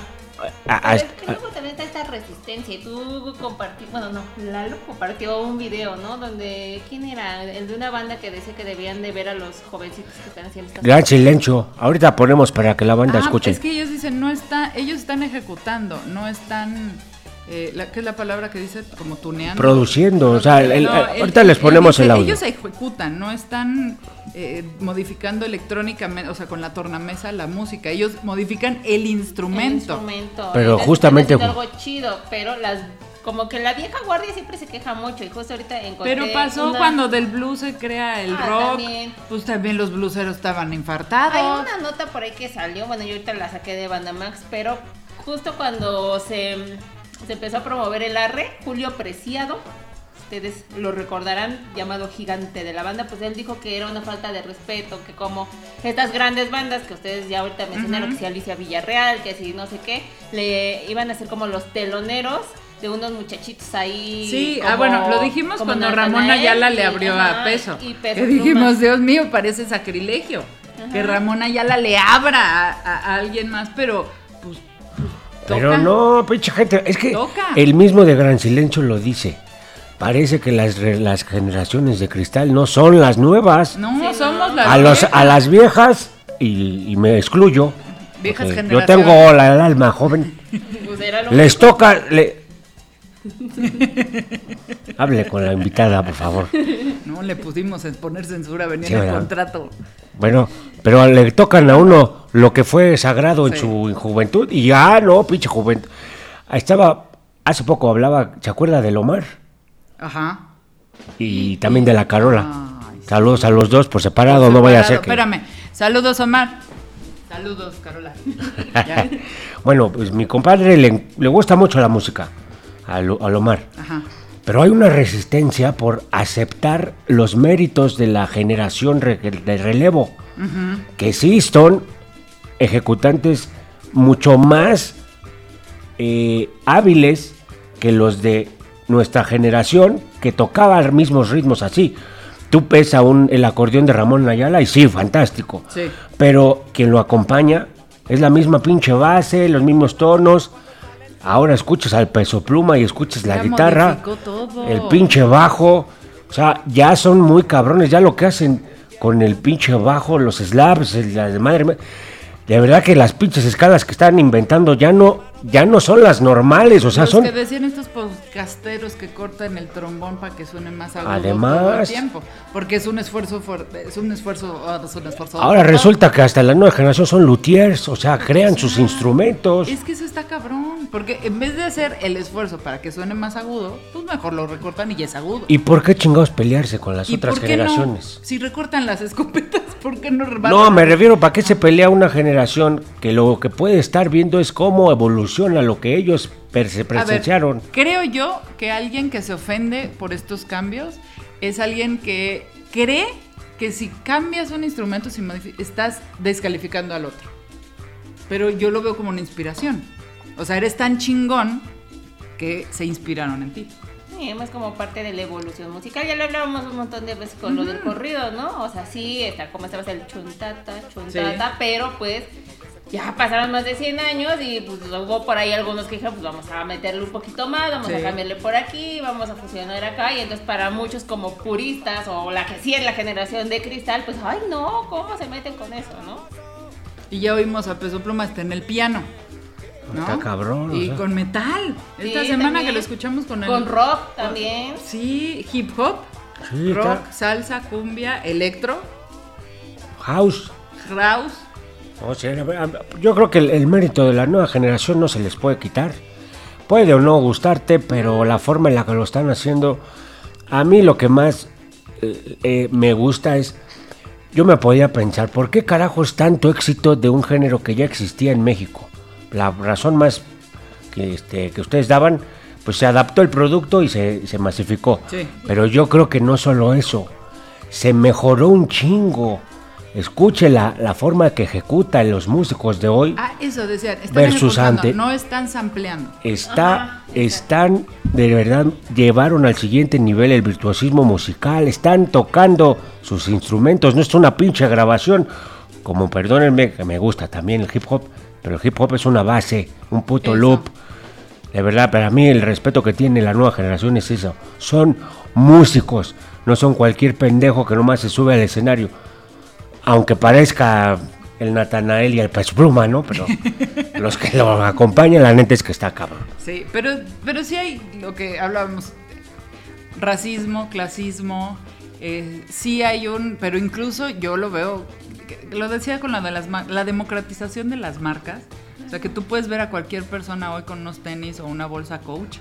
B: a- a-
A: Pero es que
B: hasta-
A: luego también está esta resistencia. Y tú compartiste, bueno, no, Lalo compartió un video, ¿no? Donde, ¿quién era? El de una banda que decía que debían de ver a los jovencitos que están haciendo estas
B: gran silencio. Ahorita ponemos para que la banda
C: Ah,
B: escuche.
C: Es que ellos dicen, no está, ellos están ejecutando, no están, eh, la- ¿qué es la palabra que dice? Como tuneando.
B: Produciendo, o sea, el- el- eh,
C: No, él-
B: ahorita
C: él-
B: les
C: él
B: ponemos
C: dice,
B: el audio.
C: Ellos ejecutan, no están eh, modificando electrónicamente, o sea, con la tornamesa la música. Ellos modifican el instrumento.
A: instrumento.
B: Pero
A: Entonces,
B: justamente-
A: están haciendo algo chido, pero las como que la vieja guardia siempre se queja mucho y justo ahorita encontré
C: Pero pasó
A: una-
C: cuando del blues se crea el
A: Ah,
C: rock.
A: también.
C: Pues también los blueseros estaban
A: Hay
C: infartados.
A: una nota por ahí que salió, bueno, yo ahorita la saqué de Bandamax, pero justo cuando se, se empezó a promover el arre, Julio Preciado, ustedes lo recordarán, llamado gigante de la banda, pues él dijo que era una falta de respeto, que como estas grandes bandas que ustedes ya ahorita mencionaron, que si Alicia Villarreal, que si no sé qué, le iban a ser como los teloneros de unos muchachitos ahí.
C: Sí, ah,
A: como-
C: bueno, lo dijimos
A: como
C: cuando
A: Natanael
C: Ramón Ayala le
A: y-
C: abrió
A: ajá,
C: a peso.
A: y
C: que
A: Peso Pluma.
C: dijimos, Dios mío, parece sacrilegio. Que Ramón Ayala le abra a, a- a alguien más, pero pues. pues,
B: Pero
C: toca.
B: no, pinche gente, es que
C: Toca.
B: el mismo de Gran Silencio lo dice. Parece que las, re- las generaciones de cristal no son las nuevas.
C: No, somos las
B: a, los,
C: viejas.
B: a las viejas, y, y me excluyo.
C: Viejas
B: porque Yo
C: generaciones.
B: tengo la, el alma joven.
A: Pues era lo
B: Les toca. le- Hable con la invitada, por favor.
C: No le pusimos en poner censura, venía
B: Sí,
C: en el
B: ¿verdad?
C: contrato.
B: Bueno, pero le tocan a uno lo que fue sagrado en
C: Sí.
B: su juventud. Y ya, no, pinche juventud. Estaba. Hace poco hablaba, ¿se acuerda del Omar?
C: Ajá.
B: y también de la Carola.
C: Ay, sí.
B: Saludos a los dos por separado, no vaya a ser que...
C: Espérame. Saludos, Omar. Saludos, Carola. Ya.
B: bueno, pues mi compadre le, le gusta mucho la música, a, Lo- a Lomar.
C: Ajá.
B: Pero hay una resistencia por aceptar los méritos de la generación re- de relevo. Que sí son ejecutantes mucho más eh, hábiles que los de nuestra generación que tocaba mismos ritmos así. Tú pesa un, el acordeón de Ramón Ayala y sí, fantástico.
C: Sí.
B: Pero quien lo acompaña es la misma pinche base, los mismos tonos. Ahora escuchas al peso pluma y escuchas la
C: Ya
B: guitarra,
C: modificó todo.
B: el pinche bajo. O sea, ya son muy cabrones, ya lo que hacen con el pinche bajo, los slaps, el- la de madre mía. de verdad que las pinches escalas que están inventando ya no, ya no son las normales, o sea,
C: Los
B: son...
C: que decían estos podcasteros que cortan el trombón para que suene más agudo todo el
B: Además.
C: tiempo, porque es un esfuerzo fuerte, es un esfuerzo, ah, es un esfuerzo.
B: Ahora resulta que hasta la nueva generación son luthiers, o sea, crean sus instrumentos.
C: Es que eso está cabrón, porque en vez de hacer el esfuerzo para que suene más agudo, pues mejor lo recortan y ya es agudo.
B: ¿Y por qué chingados pelearse con las
C: ¿Y
B: otras
C: por qué no?
B: generaciones?
C: Si recortan las escopetas, ¿por qué no van
B: No, me refiero para qué se pelea una generación que lo que puede estar viendo es cómo evoluciona lo que ellos per- se
C: A ver,
B: presenciaron.
C: creo yo que alguien que se ofende por estos cambios es alguien que cree que si cambias un instrumento, si modifi- estás descalificando al otro. Pero yo lo veo como una inspiración. O sea, eres tan chingón que se inspiraron en ti.
A: Sí, más como parte de la evolución musical. Ya lo hablábamos un montón de veces con lo del corrido, ¿no? O sea, sí, está como estabas el chuntata, chuntata, pero pues ya pasaron más de 100 años y pues hubo por ahí algunos que dijeron, pues vamos a meterle un poquito más, vamos a
C: Sí.
A: cambiarle por aquí, vamos a fusionar acá. Y entonces para muchos como puristas o la que sí es la generación de cristal, pues, ay no, ¿cómo se meten con eso, no?
C: Y ya oímos a Peso Pluma hasta en el piano. ¿no?
B: Está cabrón, o
C: Y
B: sea.
C: con metal.
A: Sí,
C: Esta semana
A: también.
C: que lo escuchamos con el.
A: Con rock también.
C: Sí, hip hop,
B: Sí,
C: rock,
B: está-
C: salsa, cumbia, electro,
B: House.
C: house.
B: O sea, a ver, a- yo creo que el, el mérito de la nueva generación no se les puede quitar. Puede o no gustarte, pero la forma en la que lo están haciendo, a mí lo que más eh, eh, me gusta es, yo me podía pensar, ¿por qué carajo es tanto éxito de un género que ya existía en México? La razón más que, este, que ustedes daban, pues se adaptó el producto y se, se masificó.
C: Sí.
B: Pero yo creo que no solo eso, se mejoró un chingo. Escuche la, la forma que ejecutan los músicos de hoy.
C: Ah, eso decían. Están
B: Versus
C: ejecutando,
B: ante-
C: No están sampleando.
B: Está, están, de verdad, llevaron al siguiente nivel el virtuosismo musical. Están tocando sus instrumentos. No es una pinche grabación. Como, perdónenme, que me gusta también el hip hop, pero el hip hop es una base, un puto
C: Eso.
B: loop. De verdad, para mí el respeto que tiene la nueva generación es eso. Son músicos, no son cualquier pendejo que nomás se sube al escenario. Aunque parezca el Natanael y el Pez Pluma, ¿no? Pero los que lo acompañan, la neta es que está cabrón.
C: Sí, pero, pero sí hay lo que hablábamos. Racismo, clasismo. eh, sí hay un. Pero incluso yo lo veo. que- Lo decía con la de las ma- la democratización de las marcas. O sea, que tú puedes ver a cualquier persona hoy con unos tenis o una bolsa coach.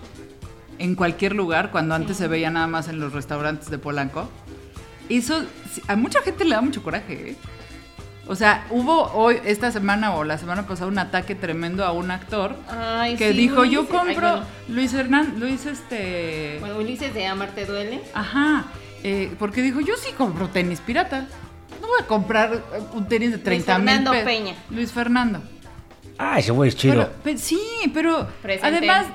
C: En cualquier lugar, cuando antes se veía nada más en los restaurantes de Polanco. Eso sí, a mucha gente le da mucho coraje. ¿eh? O sea, hubo hoy, esta semana o la semana pasada, un ataque tremendo a un actor
A: Ay,
C: que
A: sí,
C: dijo yo
A: Ulises". Ay,
C: compro
A: bueno.
C: Luis Hernández, Luis este,
A: Bueno, Ulises de Amarte Duele.
C: ajá, eh, porque dijo yo sí compro tenis pirata, no voy a comprar eh, un tenis de 30 mil
A: Fernando
C: pe-
A: Peña.
C: Luis Fernando,
B: Ah, ese güey es chido.
C: pero, pe- sí, pero
A: Presente.
C: además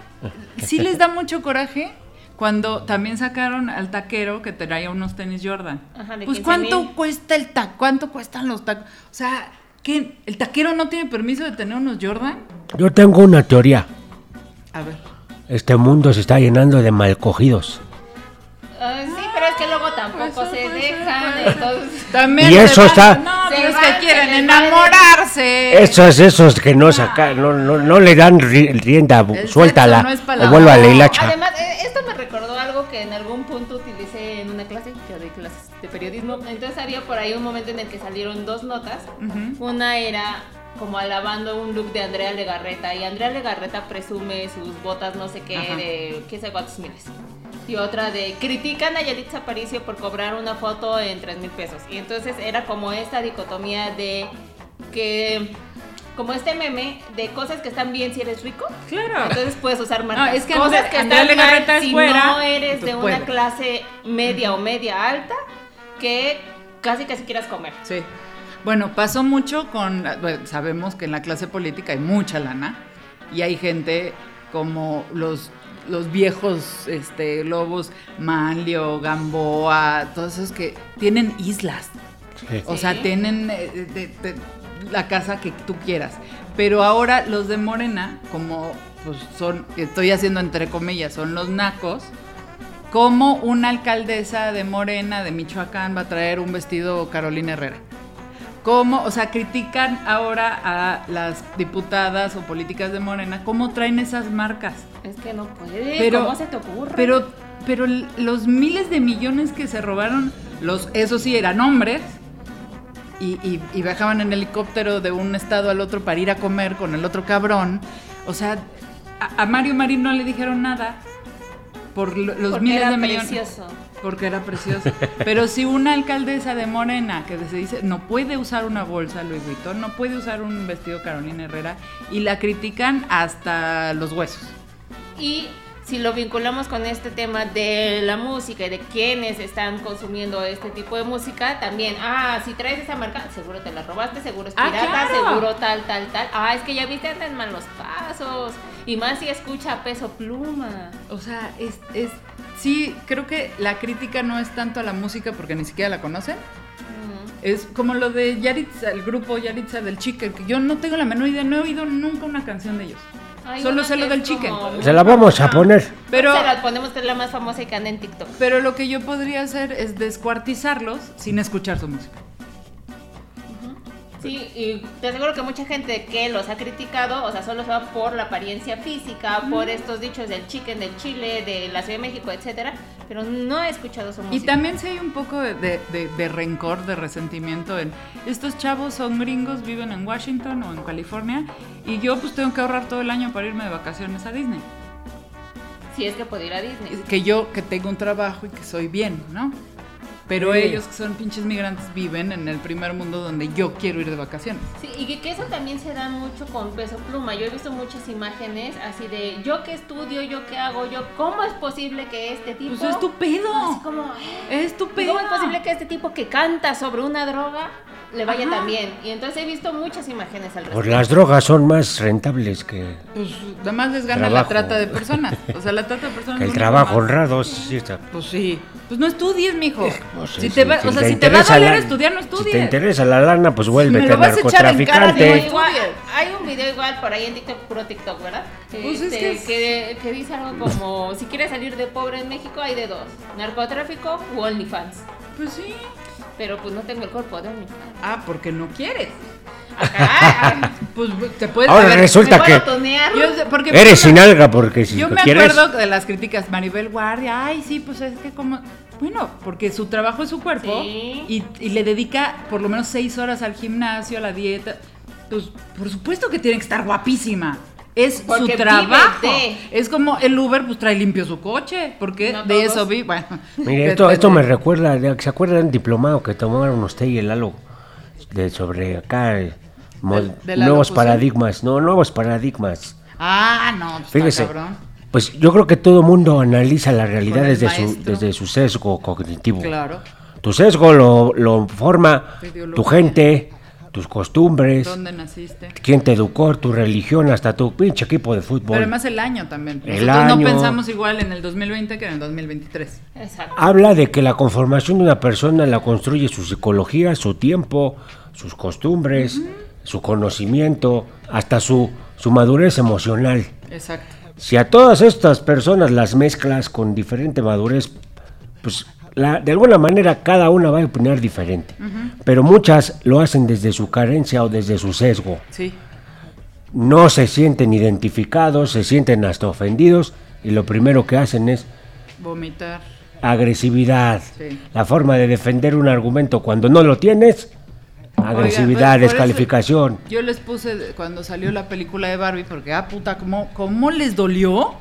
C: sí les da mucho coraje cuando también sacaron al taquero que traía unos tenis Jordan.
A: Ajá, de
C: pues
A: 15,000.
C: cuánto cuesta el taco, cuánto cuestan los tacos, o sea, que el taquero no tiene permiso de tener unos Jordan,
B: Yo tengo una teoría.
C: a ver.
B: Este mundo se está llenando de malcogidos.
A: Ay, Ah, sí, pero es que luego tampoco
C: Pues,
A: se
C: pues,
A: dejan,
C: pues,
A: entonces...
C: También
B: Y
C: se
B: eso
C: van-
B: está-
C: No,
A: Se
C: pero es
A: van,
C: que
A: se
C: quieren
A: les va el-
C: enamorarse.
B: Esos, esos que no saca, no, no, no le dan ri- rienda, bu-
C: El
B: suéltala.
C: sexo no es
B: o
C: palabra.
B: vuelve a la
A: No,
B: hilacha.
A: Además, eh, esto me recordó algo que en algún punto utilicé en una clase, yo doy clases de periodismo. Entonces había por ahí un momento en el que salieron dos notas. Una era como alabando un look de Andrea Legarreta y Andrea Legarreta presume sus botas no sé qué
C: Ajá.
A: de qué sé cuántos miles. Y otra de critican a Yalitza Aparicio por cobrar una foto en tres mil pesos. Y entonces era como esta dicotomía de que como este meme de cosas que están bien si eres rico.
C: Claro.
A: Entonces puedes usar
C: No, es que
A: cosas
C: Andrea-
A: que
C: Andrea
A: están
C: Legarreta
A: mal
C: es
A: si
C: güera,
A: no eres
C: entonces
A: de una
C: puede.
A: clase media o media alta que casi casi quieras comer.
C: Sí. Bueno, pasó mucho con. bueno, sabemos que en la clase política hay mucha lana y hay gente como los, los viejos este, lobos, Manlio, Gamboa, todos esos que tienen islas.
B: Sí.
C: O
A: Sí.
C: sea, tienen eh, de- de- la casa que tú quieras. Pero ahora los de Morena, como pues, son, estoy haciendo entre comillas, son los nacos, como una alcaldesa de Morena de Michoacán va a traer un vestido Carolina Herrera. cómo, o sea, critican ahora a las diputadas o políticas de Morena, cómo traen esas marcas.
A: Es que no puede.
C: Pero-
A: ¿Cómo se te ocurre?
C: Pero, pero l- los miles de millones que se robaron, los, eso sí eran hombres, y, y- y viajaban en helicóptero de un estado al otro para ir a comer con el otro cabrón. O sea, a, a Mario Marín no le dijeron nada por lo- los
A: Porque
C: miles
A: era
C: de millones.
A: precioso.
C: Porque era precioso. Pero si una alcaldesa de Morena que se dice no puede usar una bolsa Louis Vuitton, no puede usar un vestido Carolina Herrera y la critican hasta los huesos.
A: Y si lo vinculamos con este tema de la música y de quienes están consumiendo este tipo de música, también, ah, si traes esa marca, seguro te la robaste, seguro es
C: Ah,
A: pirata,
C: claro.
A: seguro tal, tal, tal. Ah, es que ya viste andan malos pasos. Y más si escucha peso pluma.
C: O sea, es, es sí creo que la crítica no es tanto a la música porque ni siquiera la conocen.
A: Mm.
C: Es como lo de Yaritza, el grupo Yaritza del Chicken, que yo no tengo la menor idea, no he oído nunca una canción de ellos.
A: Hay
C: Solo
A: una
C: sé lo
A: que
C: del
A: es
C: Chicken.
A: como-
B: Se la vamos a poner.
C: Pero,
A: Se la ponemos que es la más famosa y que anda en TikTok.
C: pero lo que yo podría hacer es descuartizarlos sin escuchar su música.
A: Sí, y te aseguro que mucha gente que los ha criticado, o sea, solo se va por la apariencia física, por estos dichos del chicken, del chile, de la Ciudad de México, etcétera, pero no he escuchado su
C: Y
A: música.
C: también sí hay un poco de, de- de- de rencor, de resentimiento en estos chavos son gringos, viven en Washington o en California y yo pues tengo que ahorrar todo el año para irme de vacaciones a Disney.
A: Si es que puedo ir a Disney.
C: que yo que tengo un trabajo y que soy bien, ¿no? Pero
B: Sí.
C: ellos que son pinches migrantes viven en el primer mundo donde yo quiero ir de vacaciones.
A: Sí, y que, que eso también se da mucho con peso pluma. Yo he visto muchas imágenes así de yo que estudio, yo que hago, yo, ¿cómo es posible que este tipo.
C: Pues es tu pedo.
A: Así como, "Ah,
C: Es tu pedo.
A: ¿Cómo es posible que este tipo que canta sobre una droga le vaya
C: Ajá.
A: tan bien? Y entonces he visto muchas imágenes al respecto.
B: Pues las drogas son más rentables que,
C: Pues nada más les gana la
B: Trabajo.
C: trata de personas. O sea, la trata de personas.
B: que el
C: es lo
B: trabajo
C: más-
B: honrado. Sí, está.
C: Pues sí. Pues no estudies, mijo.
B: No sé,
C: si te va, o sea, si te va a
B: interesa
C: doler
B: la-
C: estudiar, no
B: Si te
C: estudies.
B: interesa la lana, pues vuélvete
C: lo vas a echar en cara,
B: narcotraficante.
A: Pero
C: Sí.
A: igual, hay un video igual por ahí en TikTok, puro TikTok, ¿verdad?
C: Pues
A: Este,
C: es que
A: que,
C: es-
A: que dice algo como, si quieres salir de pobre en México hay de dos, narcotráfico u OnlyFans.
C: Pues sí.
A: Pero pues no tengo el cuerpo de OnlyFans.
C: Ah, porque no quieres.
A: Ah, caray.
C: Pues te puedes.
B: Ahora
C: a ver,
B: resulta
A: Me
B: que
A: puedo tunear.
C: yo sé- porque
B: eres sin alga porque si
C: Yo
B: lo
C: me
B: quieres...
C: acuerdo de las críticas Maribel Guardia, ay sí, pues es que como... Bueno, porque su trabajo es su cuerpo
A: Sí.
C: y, y le dedica por lo menos seis horas al gimnasio, a la dieta. Pues por supuesto que tiene que estar guapísima. Es
A: Porque
C: su
A: vive
C: trabajo.
A: de-
C: Es como el Uber pues trae limpio su coche, porque
A: No
C: de
A: todos.
C: eso vi, bueno.
B: Mire, esto, esto me recuerda, de- ¿se acuerdan del diplomado que tomaron usted y el Lalo? De, sobre acá, eh, mo-
C: Del- del Lalo
B: nuevos
C: Fusil.
B: paradigmas, no, nuevos paradigmas.
C: Ah, no, pues
B: Fíjese,
C: está cabrón.
B: pues yo creo que todo mundo analiza la realidad
C: Con el
B: desde su,
C: maestro.
B: desde su sesgo cognitivo.
C: Claro.
B: Tu sesgo lo, lo forma
C: Tu ideología.
B: tu gente, tus costumbres,
C: ¿Dónde naciste?
B: quién te educó, tu religión, hasta tu pinche equipo de fútbol.
C: Pero además el año también.
B: El
C: Nosotros no
B: año.
C: pensamos igual en el 2020 que en el 2023.
A: Exacto.
B: Habla de que la conformación de una persona la construye su psicología, su tiempo, sus costumbres, su conocimiento, hasta su, su madurez emocional.
C: Exacto.
B: Si a todas estas personas las mezclas con diferente madurez, pues la- de alguna manera cada una va a opinar diferente. Pero muchas lo hacen desde su carencia o desde su sesgo.
C: Sí.
B: No se sienten identificados, se sienten hasta ofendidos y lo primero que hacen es
C: Vomitar.
B: agresividad.
C: Sí.
B: La forma de defender un argumento cuando no lo tienes, agresividad,
C: Oigan, pues, por
B: descalificación.
C: eso Yo les puse de- cuando salió la película de Barbie porque, ah, puta, ¿cómo, cómo les dolió?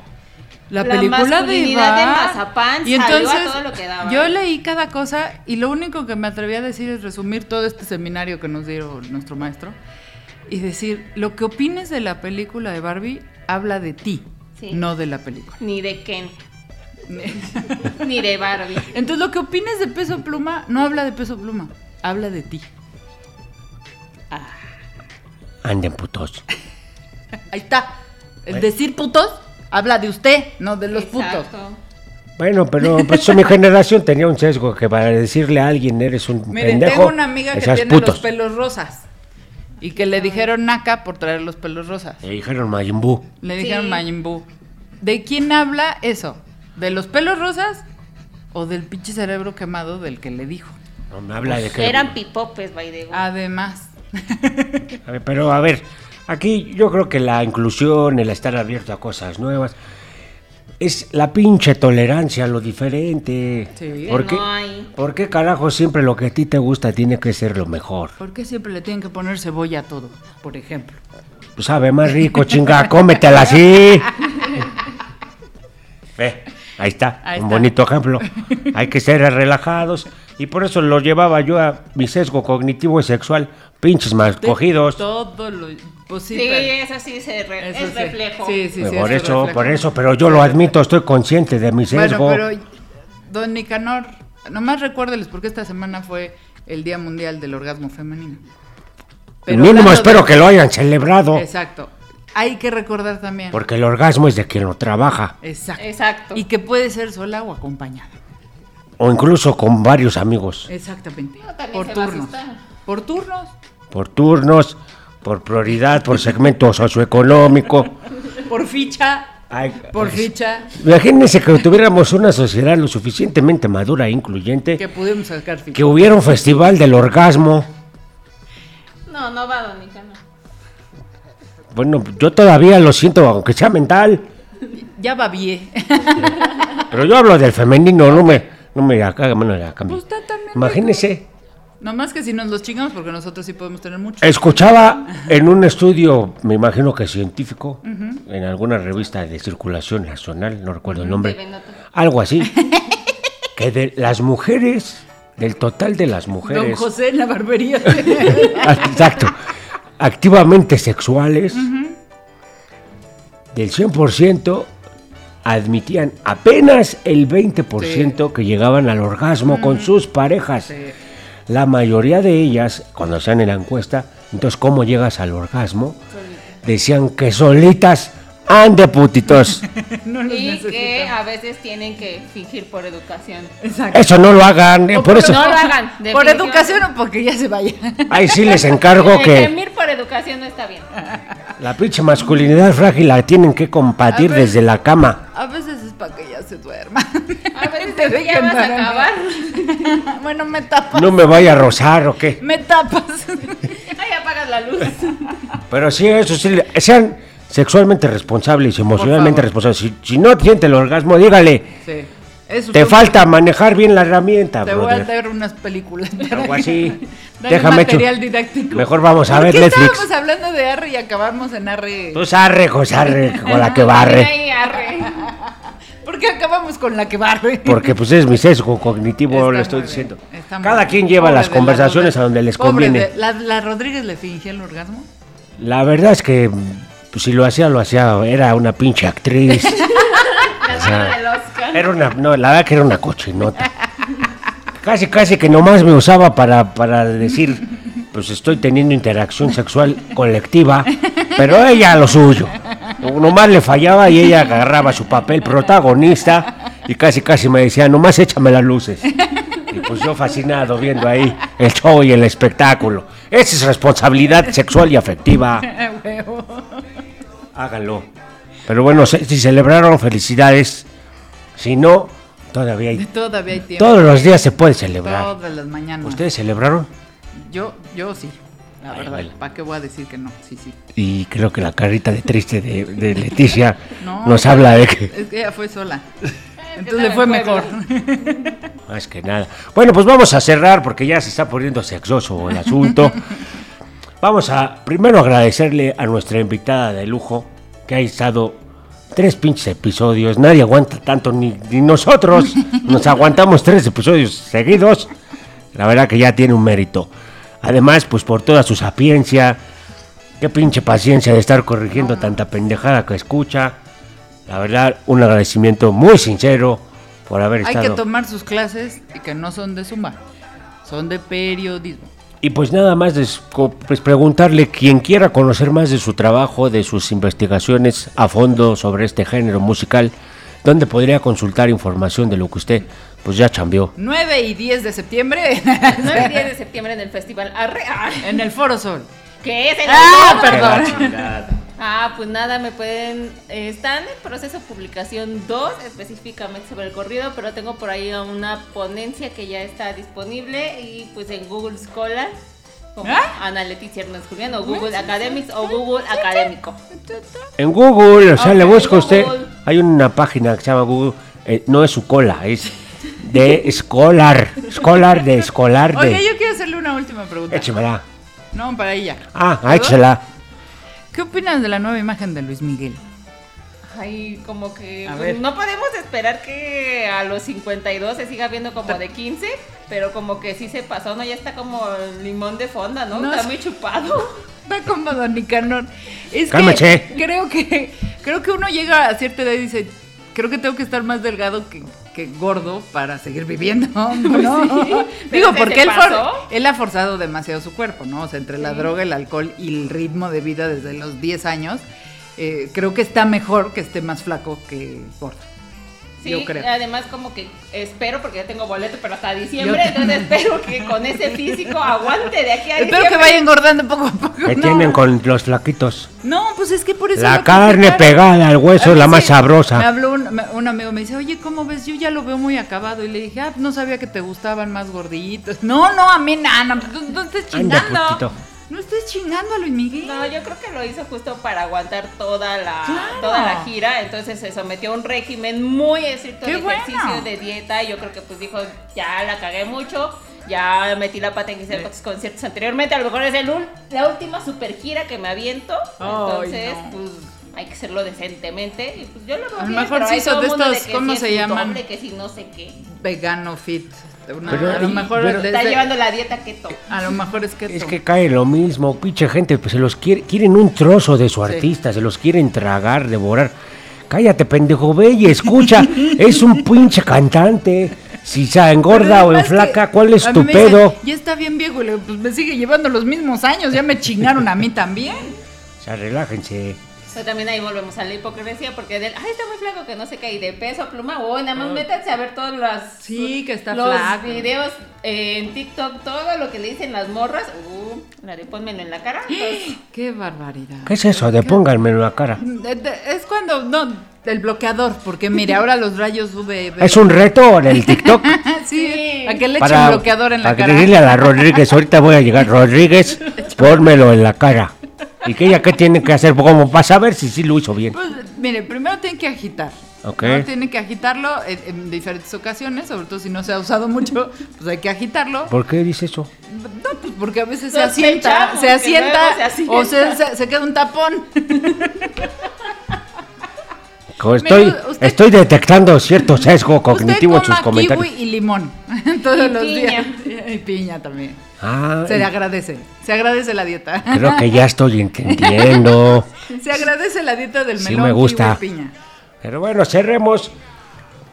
C: La,
A: La
C: película de
A: masculinidad de
C: Bar-
A: Mazapán salió
C: y
A: a
C: entonces
A: todo lo que daba. ¿eh?
C: yo leí cada cosa y lo único que me atreví a decir es resumir todo este seminario que nos dieron nuestro maestro y decir lo que opines de la película de Barbie habla de ti,
A: Sí.
C: no de la película.
A: Ni de Ken, ni de Barbie.
C: Entonces lo que opines de peso pluma no habla de peso pluma, habla de ti.
B: Anden putos.
C: Ahí está. El decir putos habla de usted, no de los putos.
A: Exacto.
B: Bueno, pero pues, mi generación tenía un sesgo que para decirle a alguien eres un
C: Miren,
B: pendejo.
C: tengo una amiga que
B: decías
C: tiene
B: putos.
C: los pelos rosas y que le dijeron naca por traer los pelos rosas.
B: Le dijeron Majin Buu.
C: Le
A: Sí.
C: dijeron Mayimbu. ¿De quién habla eso? ¿De los pelos rosas o del pinche cerebro quemado del que le dijo?
B: No me habla de que.
A: Eran pipopes, by the way.
C: Ah, Además.
B: A ver, pero a ver, aquí yo creo que la inclusión, el estar abierto a cosas nuevas, es la pinche tolerancia a lo diferente.
C: Sí.
B: ¿Por,
A: Que
B: qué,
A: no hay.
B: por qué carajo siempre lo que a ti te gusta tiene que ser lo mejor?
C: ¿Por qué siempre le tienen que poner cebolla a todo, por ejemplo?
B: Pues sabe más rico, chinga, cómetela así. Ve, ahí está,
C: Ahí
B: un
C: está.
B: bonito ejemplo. Hay que ser relajados y por eso lo llevaba yo a mi sesgo cognitivo y sexual, pinches más cogidos.
C: Todo lo
A: Sí,
C: posible.
A: eso sí se re-
C: Eso
A: es
C: sí.
A: reflejo.
C: Sí, sí, sí.
B: por
C: es
B: eso,
C: reflejo.
B: por eso, pero yo lo admito, estoy consciente de mi
C: Bueno,
B: sesgo.
C: pero don Nicanor, nomás recuérdeles porque esta semana fue el Día Mundial del Orgasmo Femenino. Pero
B: Mínimo
C: hablando
B: espero
C: de-
B: que lo hayan celebrado,
C: Exacto. Hay que recordar también.
B: porque el orgasmo es de quien lo trabaja,
C: Exacto.
A: Exacto.
C: Y que puede ser sola o acompañada.
B: o incluso con varios amigos,
C: Exactamente.
A: No, también
C: Por
A: se va a
C: turnos.
A: asustar.
C: Por turnos.
B: por turnos, por prioridad, por segmento socioeconómico.
C: Por ficha.
B: Ay,
C: Por
B: es-
C: ficha.
B: Imagínense que tuviéramos una sociedad lo suficientemente madura e incluyente
C: Que pudimos sacar
B: que
C: ficha.
B: hubiera un festival del orgasmo.
A: No, no va, don Nicanor.
B: Bueno, yo todavía lo siento, aunque sea mental,
C: Ya va bien.
B: pero yo hablo del femenino, no me, no me la caga, bueno, la cambio.
C: Usted Pues también,
B: Imagínense,
C: Nomás que si nos los chingamos porque nosotros sí podemos tener mucho.
B: escuchaba en un estudio, me imagino que científico, en alguna revista de circulación nacional, no recuerdo el
A: TV
B: nombre,
A: Nota.
B: algo así, que de las mujeres, del total de las mujeres,
C: Don José en la barbería.
B: Ah, Exacto. Activamente sexuales, del 100%, admitían apenas el 20% que llegaban al orgasmo con sus parejas.
C: Sí.
B: La mayoría de ellas, cuando hacían en la encuesta, entonces, ¿cómo llegas al orgasmo? Decían que solitas, ande putitos.
C: no los
A: Y que
C: necesitamos.
A: a veces tienen que fingir por educación.
C: Exacto.
B: Eso no lo hagan, eh,
C: O
B: por eso.
A: No lo hagan.
C: Por
A: definitivamente.
C: educación o porque ya se vaya.
B: Ahí sí les encargo
A: Eh,
B: que
A: Gemir por educación no está bien.
B: la pinche masculinidad frágil la tienen que combatir
C: A ver.
B: desde la cama.
C: A veces es para que ya se duerma.
A: A veces
C: Te
A: es que ya
C: dejan
A: vas a
C: dormir.
A: acabar.
C: bueno, me tapas.
B: No me vaya a rozar o qué.
C: Me tapas.
A: Ay, apagas la luz.
B: Pero sí, eso sí, le- sean sexualmente responsables y emocionalmente
C: favor.
B: responsables. Si, si no siente el orgasmo, dígale,
C: sí. Eso
B: te
C: tú-
B: falta manejar bien la herramienta,
C: Te voy a
B: brother.
C: traer unas películas.
B: Algo así.
C: Dale
B: Déjame hecho.
C: material didáctico.
B: Mejor vamos a
C: ¿Por
B: ver
C: qué
B: Netflix. Pues-
C: Estábamos hablando de Arre y acabamos en Arre.
B: Tú sarre, José, arre, con la que barre.
A: Ay, arre.
C: ¿Por qué acabamos con la que barre?
B: Porque pues es mi sesgo cognitivo,
C: Está
B: lo estoy
C: muy
B: diciendo.
C: bien, está muy
B: Cada
C: bien.
B: quien lleva
C: Pobre
B: las
C: de la
B: conversaciones
C: Rodríguez.
B: a donde les
C: Pobre
B: conviene.
C: de- ¿La, la Rodríguez le fingía el orgasmo?
B: La verdad es que pues, si lo hacía, lo hacía. Era una pinche actriz.
A: La gana del Oscar.
B: Era una, no, la verdad que era una cochinota. Casi, casi que nomás me usaba para, para decir, pues estoy teniendo interacción sexual colectiva, pero ella lo suyo. Nomás le fallaba y ella agarraba su papel protagonista y casi, casi me decía, nomás échame las luces. Y pues yo fascinado viendo ahí el show y el espectáculo. Esa es responsabilidad sexual y afectiva. Háganlo. Pero bueno, se- si celebraron, felicidades. Si no, todavía hay.
C: Todavía hay tiempo.
B: Todos los días se puede celebrar.
C: Todas las mañanas.
B: ¿Ustedes celebraron?
C: Yo, yo sí. La
B: Ay,
C: verdad.
B: baila.
C: ¿Para qué voy a decir que no? Sí, sí.
B: Y creo que la carrita de triste de, de Leticia
C: No.
B: nos habla de que.
C: Es que ella fue sola.
A: tal
C: Entonces le
A: el
C: fue
A: pueblo?
C: mejor.
B: Más que nada. Bueno, pues vamos a cerrar porque ya se está poniendo sexoso el asunto. Vamos a primero agradecerle a nuestra invitada de lujo que ha estado tres pinches episodios. Nadie aguanta tanto, ni, ni nosotros. Nos aguantamos tres episodios seguidos. La verdad que ya tiene un mérito. Además, pues por toda su sapiencia, qué pinche paciencia de estar corrigiendo tanta pendejada que escucha. La verdad, un agradecimiento muy sincero por haber
C: Hay
B: estado.
C: que tomar sus clases y que no son de zumba. Son de periodismo.
B: Y pues nada más des- co- pues preguntarle quien quiera conocer más de su trabajo, de sus investigaciones a fondo sobre este género musical, dónde podría consultar información de lo que usted pues ya chambeó.
C: 9 y 10 de septiembre
A: 9 y 10 de septiembre en el festival Arre. ah,
C: en el Foro Sol.
A: Que es el
C: Ah,
A: autódromo.
C: perdón.
B: chingada.
A: Ah, pues nada, me pueden. eh, están en proceso de publicación 2 específicamente sobre el corrido, pero tengo por ahí una ponencia que ya está disponible y pues en Google Scholar, como
C: ¿Ah?
A: Ana Leticia Hernández Julián, o Google Academics o Google Académico.
B: En Google, o sea,
A: Ok,
B: le busca usted.
A: Google.
B: Hay una página que se llama Google. eh, no es su cola, es de Scholar. Scholar de escolar
C: Oiga,
B: de.
C: yo quiero hacerle una última pregunta.
B: Échemela.
C: No, para ella.
B: Ah, échela.
C: ¿Qué opinas de la nueva imagen de Luis Miguel?
A: Ay, como que
C: A
A: pues,
C: ver.
A: no podemos esperar que a los 52 se siga viendo como de 15, pero como que sí se pasó, ¿no? Ya está como limón de fonda, ¿no?
C: No,
A: está
C: sí.
A: muy chupado.
C: Está como Don Nicanor. Es
B: Cálmese.
C: que creo que creo que uno llega a cierta edad y dice, creo que tengo que estar más delgado que, que gordo para seguir viviendo. ¿no?
A: Pero
C: Digo,
A: ese
C: porque
A: se
C: él, for-
A: pasó.
C: él ha forzado demasiado su cuerpo, ¿no? O sea, entre la droga, el alcohol y el ritmo de vida desde los 10 años, eh, creo que está mejor que esté más flaco que gordo.
A: Sí,
C: yo creo.
A: además como que espero, porque ya tengo boleto, pero hasta diciembre,
C: Yo-
A: entonces espero que con ese físico aguante de aquí a
C: Espero que
A: diciembre.
C: vaya engordando poco a poco.
B: Me
C: No.
B: tienen con los flaquitos.
C: No, pues es que por eso.
B: La
C: lo
B: carne
C: criticaron.
B: pegada al hueso es
C: A
B: la
C: mí
B: más
C: sí, Me
B: sabrosa.
C: habló un, me- un amigo, me dice, oye, ¿cómo ves? Yo ya lo veo muy acabado. Y le dije, ah, no sabía que te gustaban más gorditos. No, no, a mí nada, no, no, no estés
B: Anda,
C: chingando.
B: putito.
C: No estés chingando a Luis Miguel.
A: No, yo creo que lo hizo justo para aguantar toda la,
C: Claro.
A: toda la gira, entonces se sometió a un régimen muy estricto
C: ¡Qué
A: de ejercicio,
C: bueno!
A: de dieta, y yo creo que pues dijo, ya la cagué mucho, ya metí la pata en que hice los conciertos anteriormente, a lo mejor es el ul- la última super gira que me aviento,
C: Ay,
A: entonces
C: no.
A: pues... Hay que hacerlo decentemente. y, pues, yo lo veo
C: A lo
A: bien,
C: mejor
A: pero
C: se
A: hay
C: hizo
A: todo
C: de
A: mundo
C: estos,
A: que
C: ¿cómo
A: si es
C: se
A: un
C: llaman?
A: doble, que si no sé qué.
C: Vegano fit. Una-
B: Pero-
C: a, lo
B: y-
C: mejor
B: pero-
A: Está
C: desde-
A: llevando la dieta keto.
C: a lo mejor es que...
B: Es que cae lo mismo, pinche gente, pues se los quiere, quieren un trozo de su artista, se los quieren tragar, devorar. Cállate, pendejo, ve y escucha, es un pinche cantante. Si se engorda o enflaca, ¿cuál es tu pedo?
C: Ya está bien viejo. Y le digo, pues me sigue llevando los mismos años. Ya me chingaron a mí también.
B: O sea, relájense.
A: Pero también ahí volvemos a la hipocresía porque del, ay, está muy flaco que no se cae de peso, pluma, o nada más métanse a ver todas las
C: Ah. Sí, que está
A: los
C: flaco.
A: videos eh, en TikTok, todo lo que le dicen las morras, uh, la de pónmelo en la cara. entonces,
C: Qué barbaridad.
B: ¿Qué es eso de pónganmelo en la cara?
C: De- de- Es cuando, no, el bloqueador, porque mire, ahora los rayos UV.
B: ¿Es un reto en el TikTok?
C: sí,
A: Sí.
C: a que le echen
B: Para,
C: bloqueador en la
B: para
C: cara.
B: decirle a la Rodríguez, ahorita voy a llegar, Rodríguez, pónmelo en la cara. ¿Y que ella qué tiene que hacer? Como para saber si sí lo hizo bien.
C: Pues, mire, primero tiene que agitar.
B: Ok.
C: ¿no? Tiene que agitarlo en, en diferentes ocasiones, sobre todo si no se ha usado mucho, pues hay que agitarlo.
B: ¿Por qué dice eso?
C: No, pues porque a veces se asienta,
A: Sospechamos
C: se
A: que
C: asienta,
A: luego se asienta.
C: o se, se- se queda un tapón.
B: Como Estoy,
C: Mire, usted-
B: estoy detectando cierto sesgo cognitivo en
C: Usted
B: sus
C: coma
B: comentarios.
C: kiwi y limón todos
A: Y
C: los días.
A: piña.
C: Y piña también.
B: Ah,
C: Se le agradece, se agradece la dieta.
B: creo que ya estoy entendiendo.
C: Se agradece la dieta del
B: Sí,
C: melón,
B: me
C: kiwi,
B: gusta.
C: piña.
B: Pero bueno, cerremos.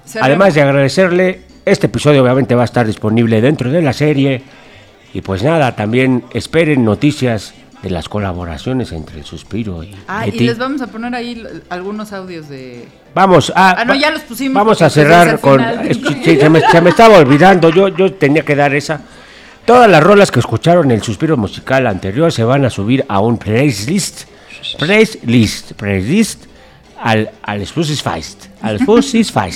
C: Se re-
B: Además de agradecerle, este episodio obviamente va a estar disponible dentro de la serie. Y pues nada, también esperen noticias de las colaboraciones entre el suspiro y
C: Ah, y
B: Betty.
C: les vamos a poner ahí l- algunos audios de...
B: Vamos a.
C: Ah, no, ya los pusimos
B: Vamos
C: porque
B: a
C: pues es
B: cerrar
C: al
B: con.
C: final.
B: es que se, se me, se me estaba olvidando, yo, yo tenía que dar esa. Todas las rolas que escucharon en el suspiro musical anterior se van a subir a un playlist. Playlist. Playlist. Al, al Spotify. Al Spotify.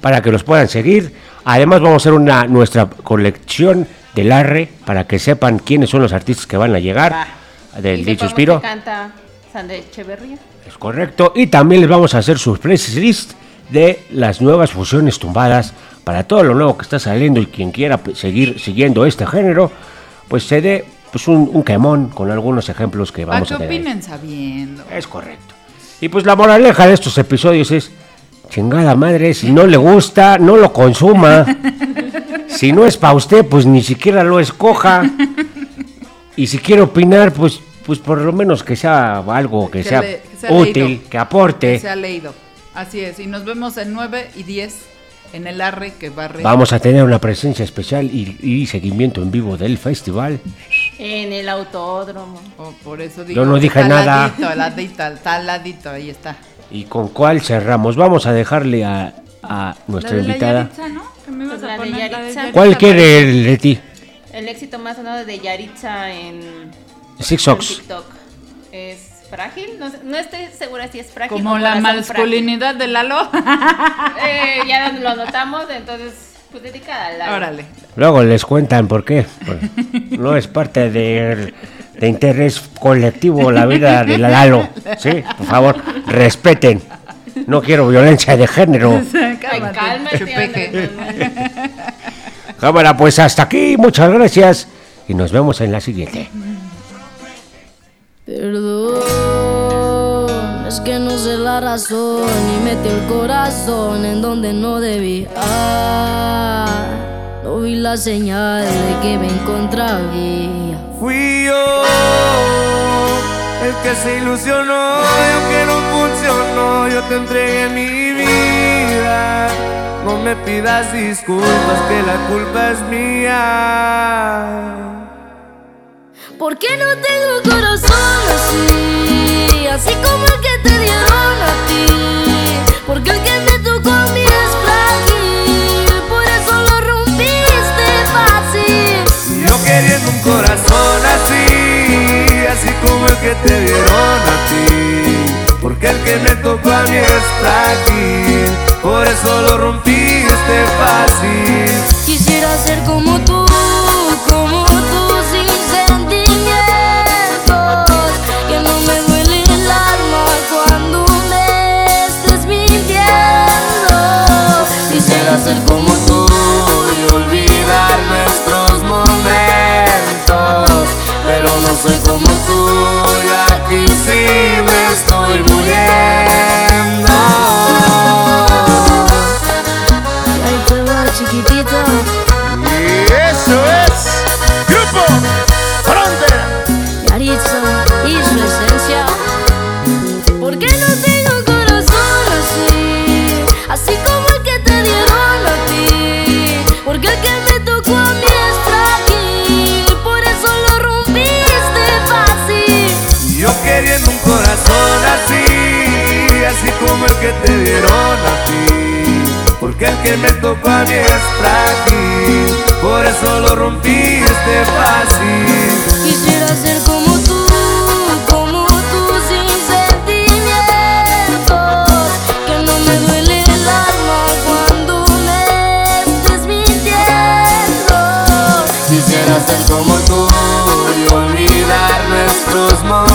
B: para que los puedan seguir. Además, vamos a hacer una, nuestra colección del arre para que sepan quiénes son los artistas que van a llegar
A: y
B: del
A: sepamos
B: dicho suspiro.
A: que canta Sandra Echeverría.
B: Es correcto. Y también les vamos a hacer sus playlist de las nuevas fusiones tumbadas para todo lo nuevo que está saliendo y quien quiera pues, seguir siguiendo este género, pues se dé pues, un, un quemón con algunos ejemplos que
C: ¿Para
B: vamos
C: qué
B: a Eh, tener.
C: opinen sabiendo?
B: Es correcto. Y pues la moraleja de estos episodios es, chingada madre, si no le gusta, no lo consuma. Si no es para usted, pues ni siquiera lo escoja. Y si quiere opinar, pues, pues por lo menos que sea algo que,
C: Que
B: sea,
C: le- que sea
B: útil,
C: leído.
B: que aporte.
C: Que Se ha leído. Así es, y nos vemos en 9 y 10 en el arre que barre.
B: Vamos a tener una presencia especial y, y seguimiento en vivo del festival.
A: En el autódromo.
C: Oh, por eso
B: Yo no dije nada.
C: taladito, Taladito, taladito, ahí está.
B: ¿Y con cuál cerramos? Vamos a dejarle a, a nuestra invitada.
C: ¿no? Que me
A: ibas a Pues La de poner, la de Yaritza. Yaritza.
B: ¿Cuál quiere, Leti?
A: El éxito más sonado de Yaritza en,
B: Six
A: en
B: Socks.
A: TikTok es frágil. No, sé- no estoy segura si es frágil.
C: Como
A: o
C: la
A: corazón
C: masculinidad de Lalo.
A: frágil. Eh, ya lo anotamos, entonces, pues dedicada al lado.
C: Órale.
B: Luego les cuentan por qué. Pues, no es parte del- de, interés colectivo la vida de la Lalo. Sí, por favor, respeten. No quiero violencia de género.
A: Ay, cálmate,
C: Chupeque.
A: Andrés Manuel.
B: Cámara, pues hasta aquí. Muchas gracias. Y nos vemos en la siguiente.
D: Perdón, es que no sé la razón y metí el corazón en donde no debía. No vi la señal de que me encontraba.
E: Fui yo el que se ilusionó, yo que no funcionó, yo te entregué mi vida. No me pidas disculpas, que la culpa es mía.
D: ¿Por qué no tengo corazón así? Así como el que te dieron a ti. Porque el que me tocó a mí es frágil. Por eso lo rompiste fácil.
E: Y Yo queriendo un corazón así, así como el que te dieron a ti. Porque el que me tocó a mí es frágil, por eso lo rompiste fácil.
D: Quisiera ser como tú, como tú sin sentimientos. Que no me duele el alma cuando me estés mintiendo. Quisiera ser como tú y olvidar nuestros momentos. Pero no soy como tú y aquí sí me estoy muriendo. Y ahí te va, chiquitito.
E: Y eso es Grupo Frontera.
D: Yaritza y su esencia. ¿Por qué no tengo un corazón así? Así como el que te dieron a ti. Porque el que me tocó a mí es frágil. Por eso lo este rompiste fácil.
E: Y Yo queriendo un corazón así, así como el que te dieron a ti. Porque el que me tocó a mí es frágil, por eso lo rompiste fácil.
D: Quisiera ser como tú, como tú sin sentimientos. Que no me duele el alma cuando me estés mintiendo.
E: Quisiera ser como tú y olvidar nuestros momentos.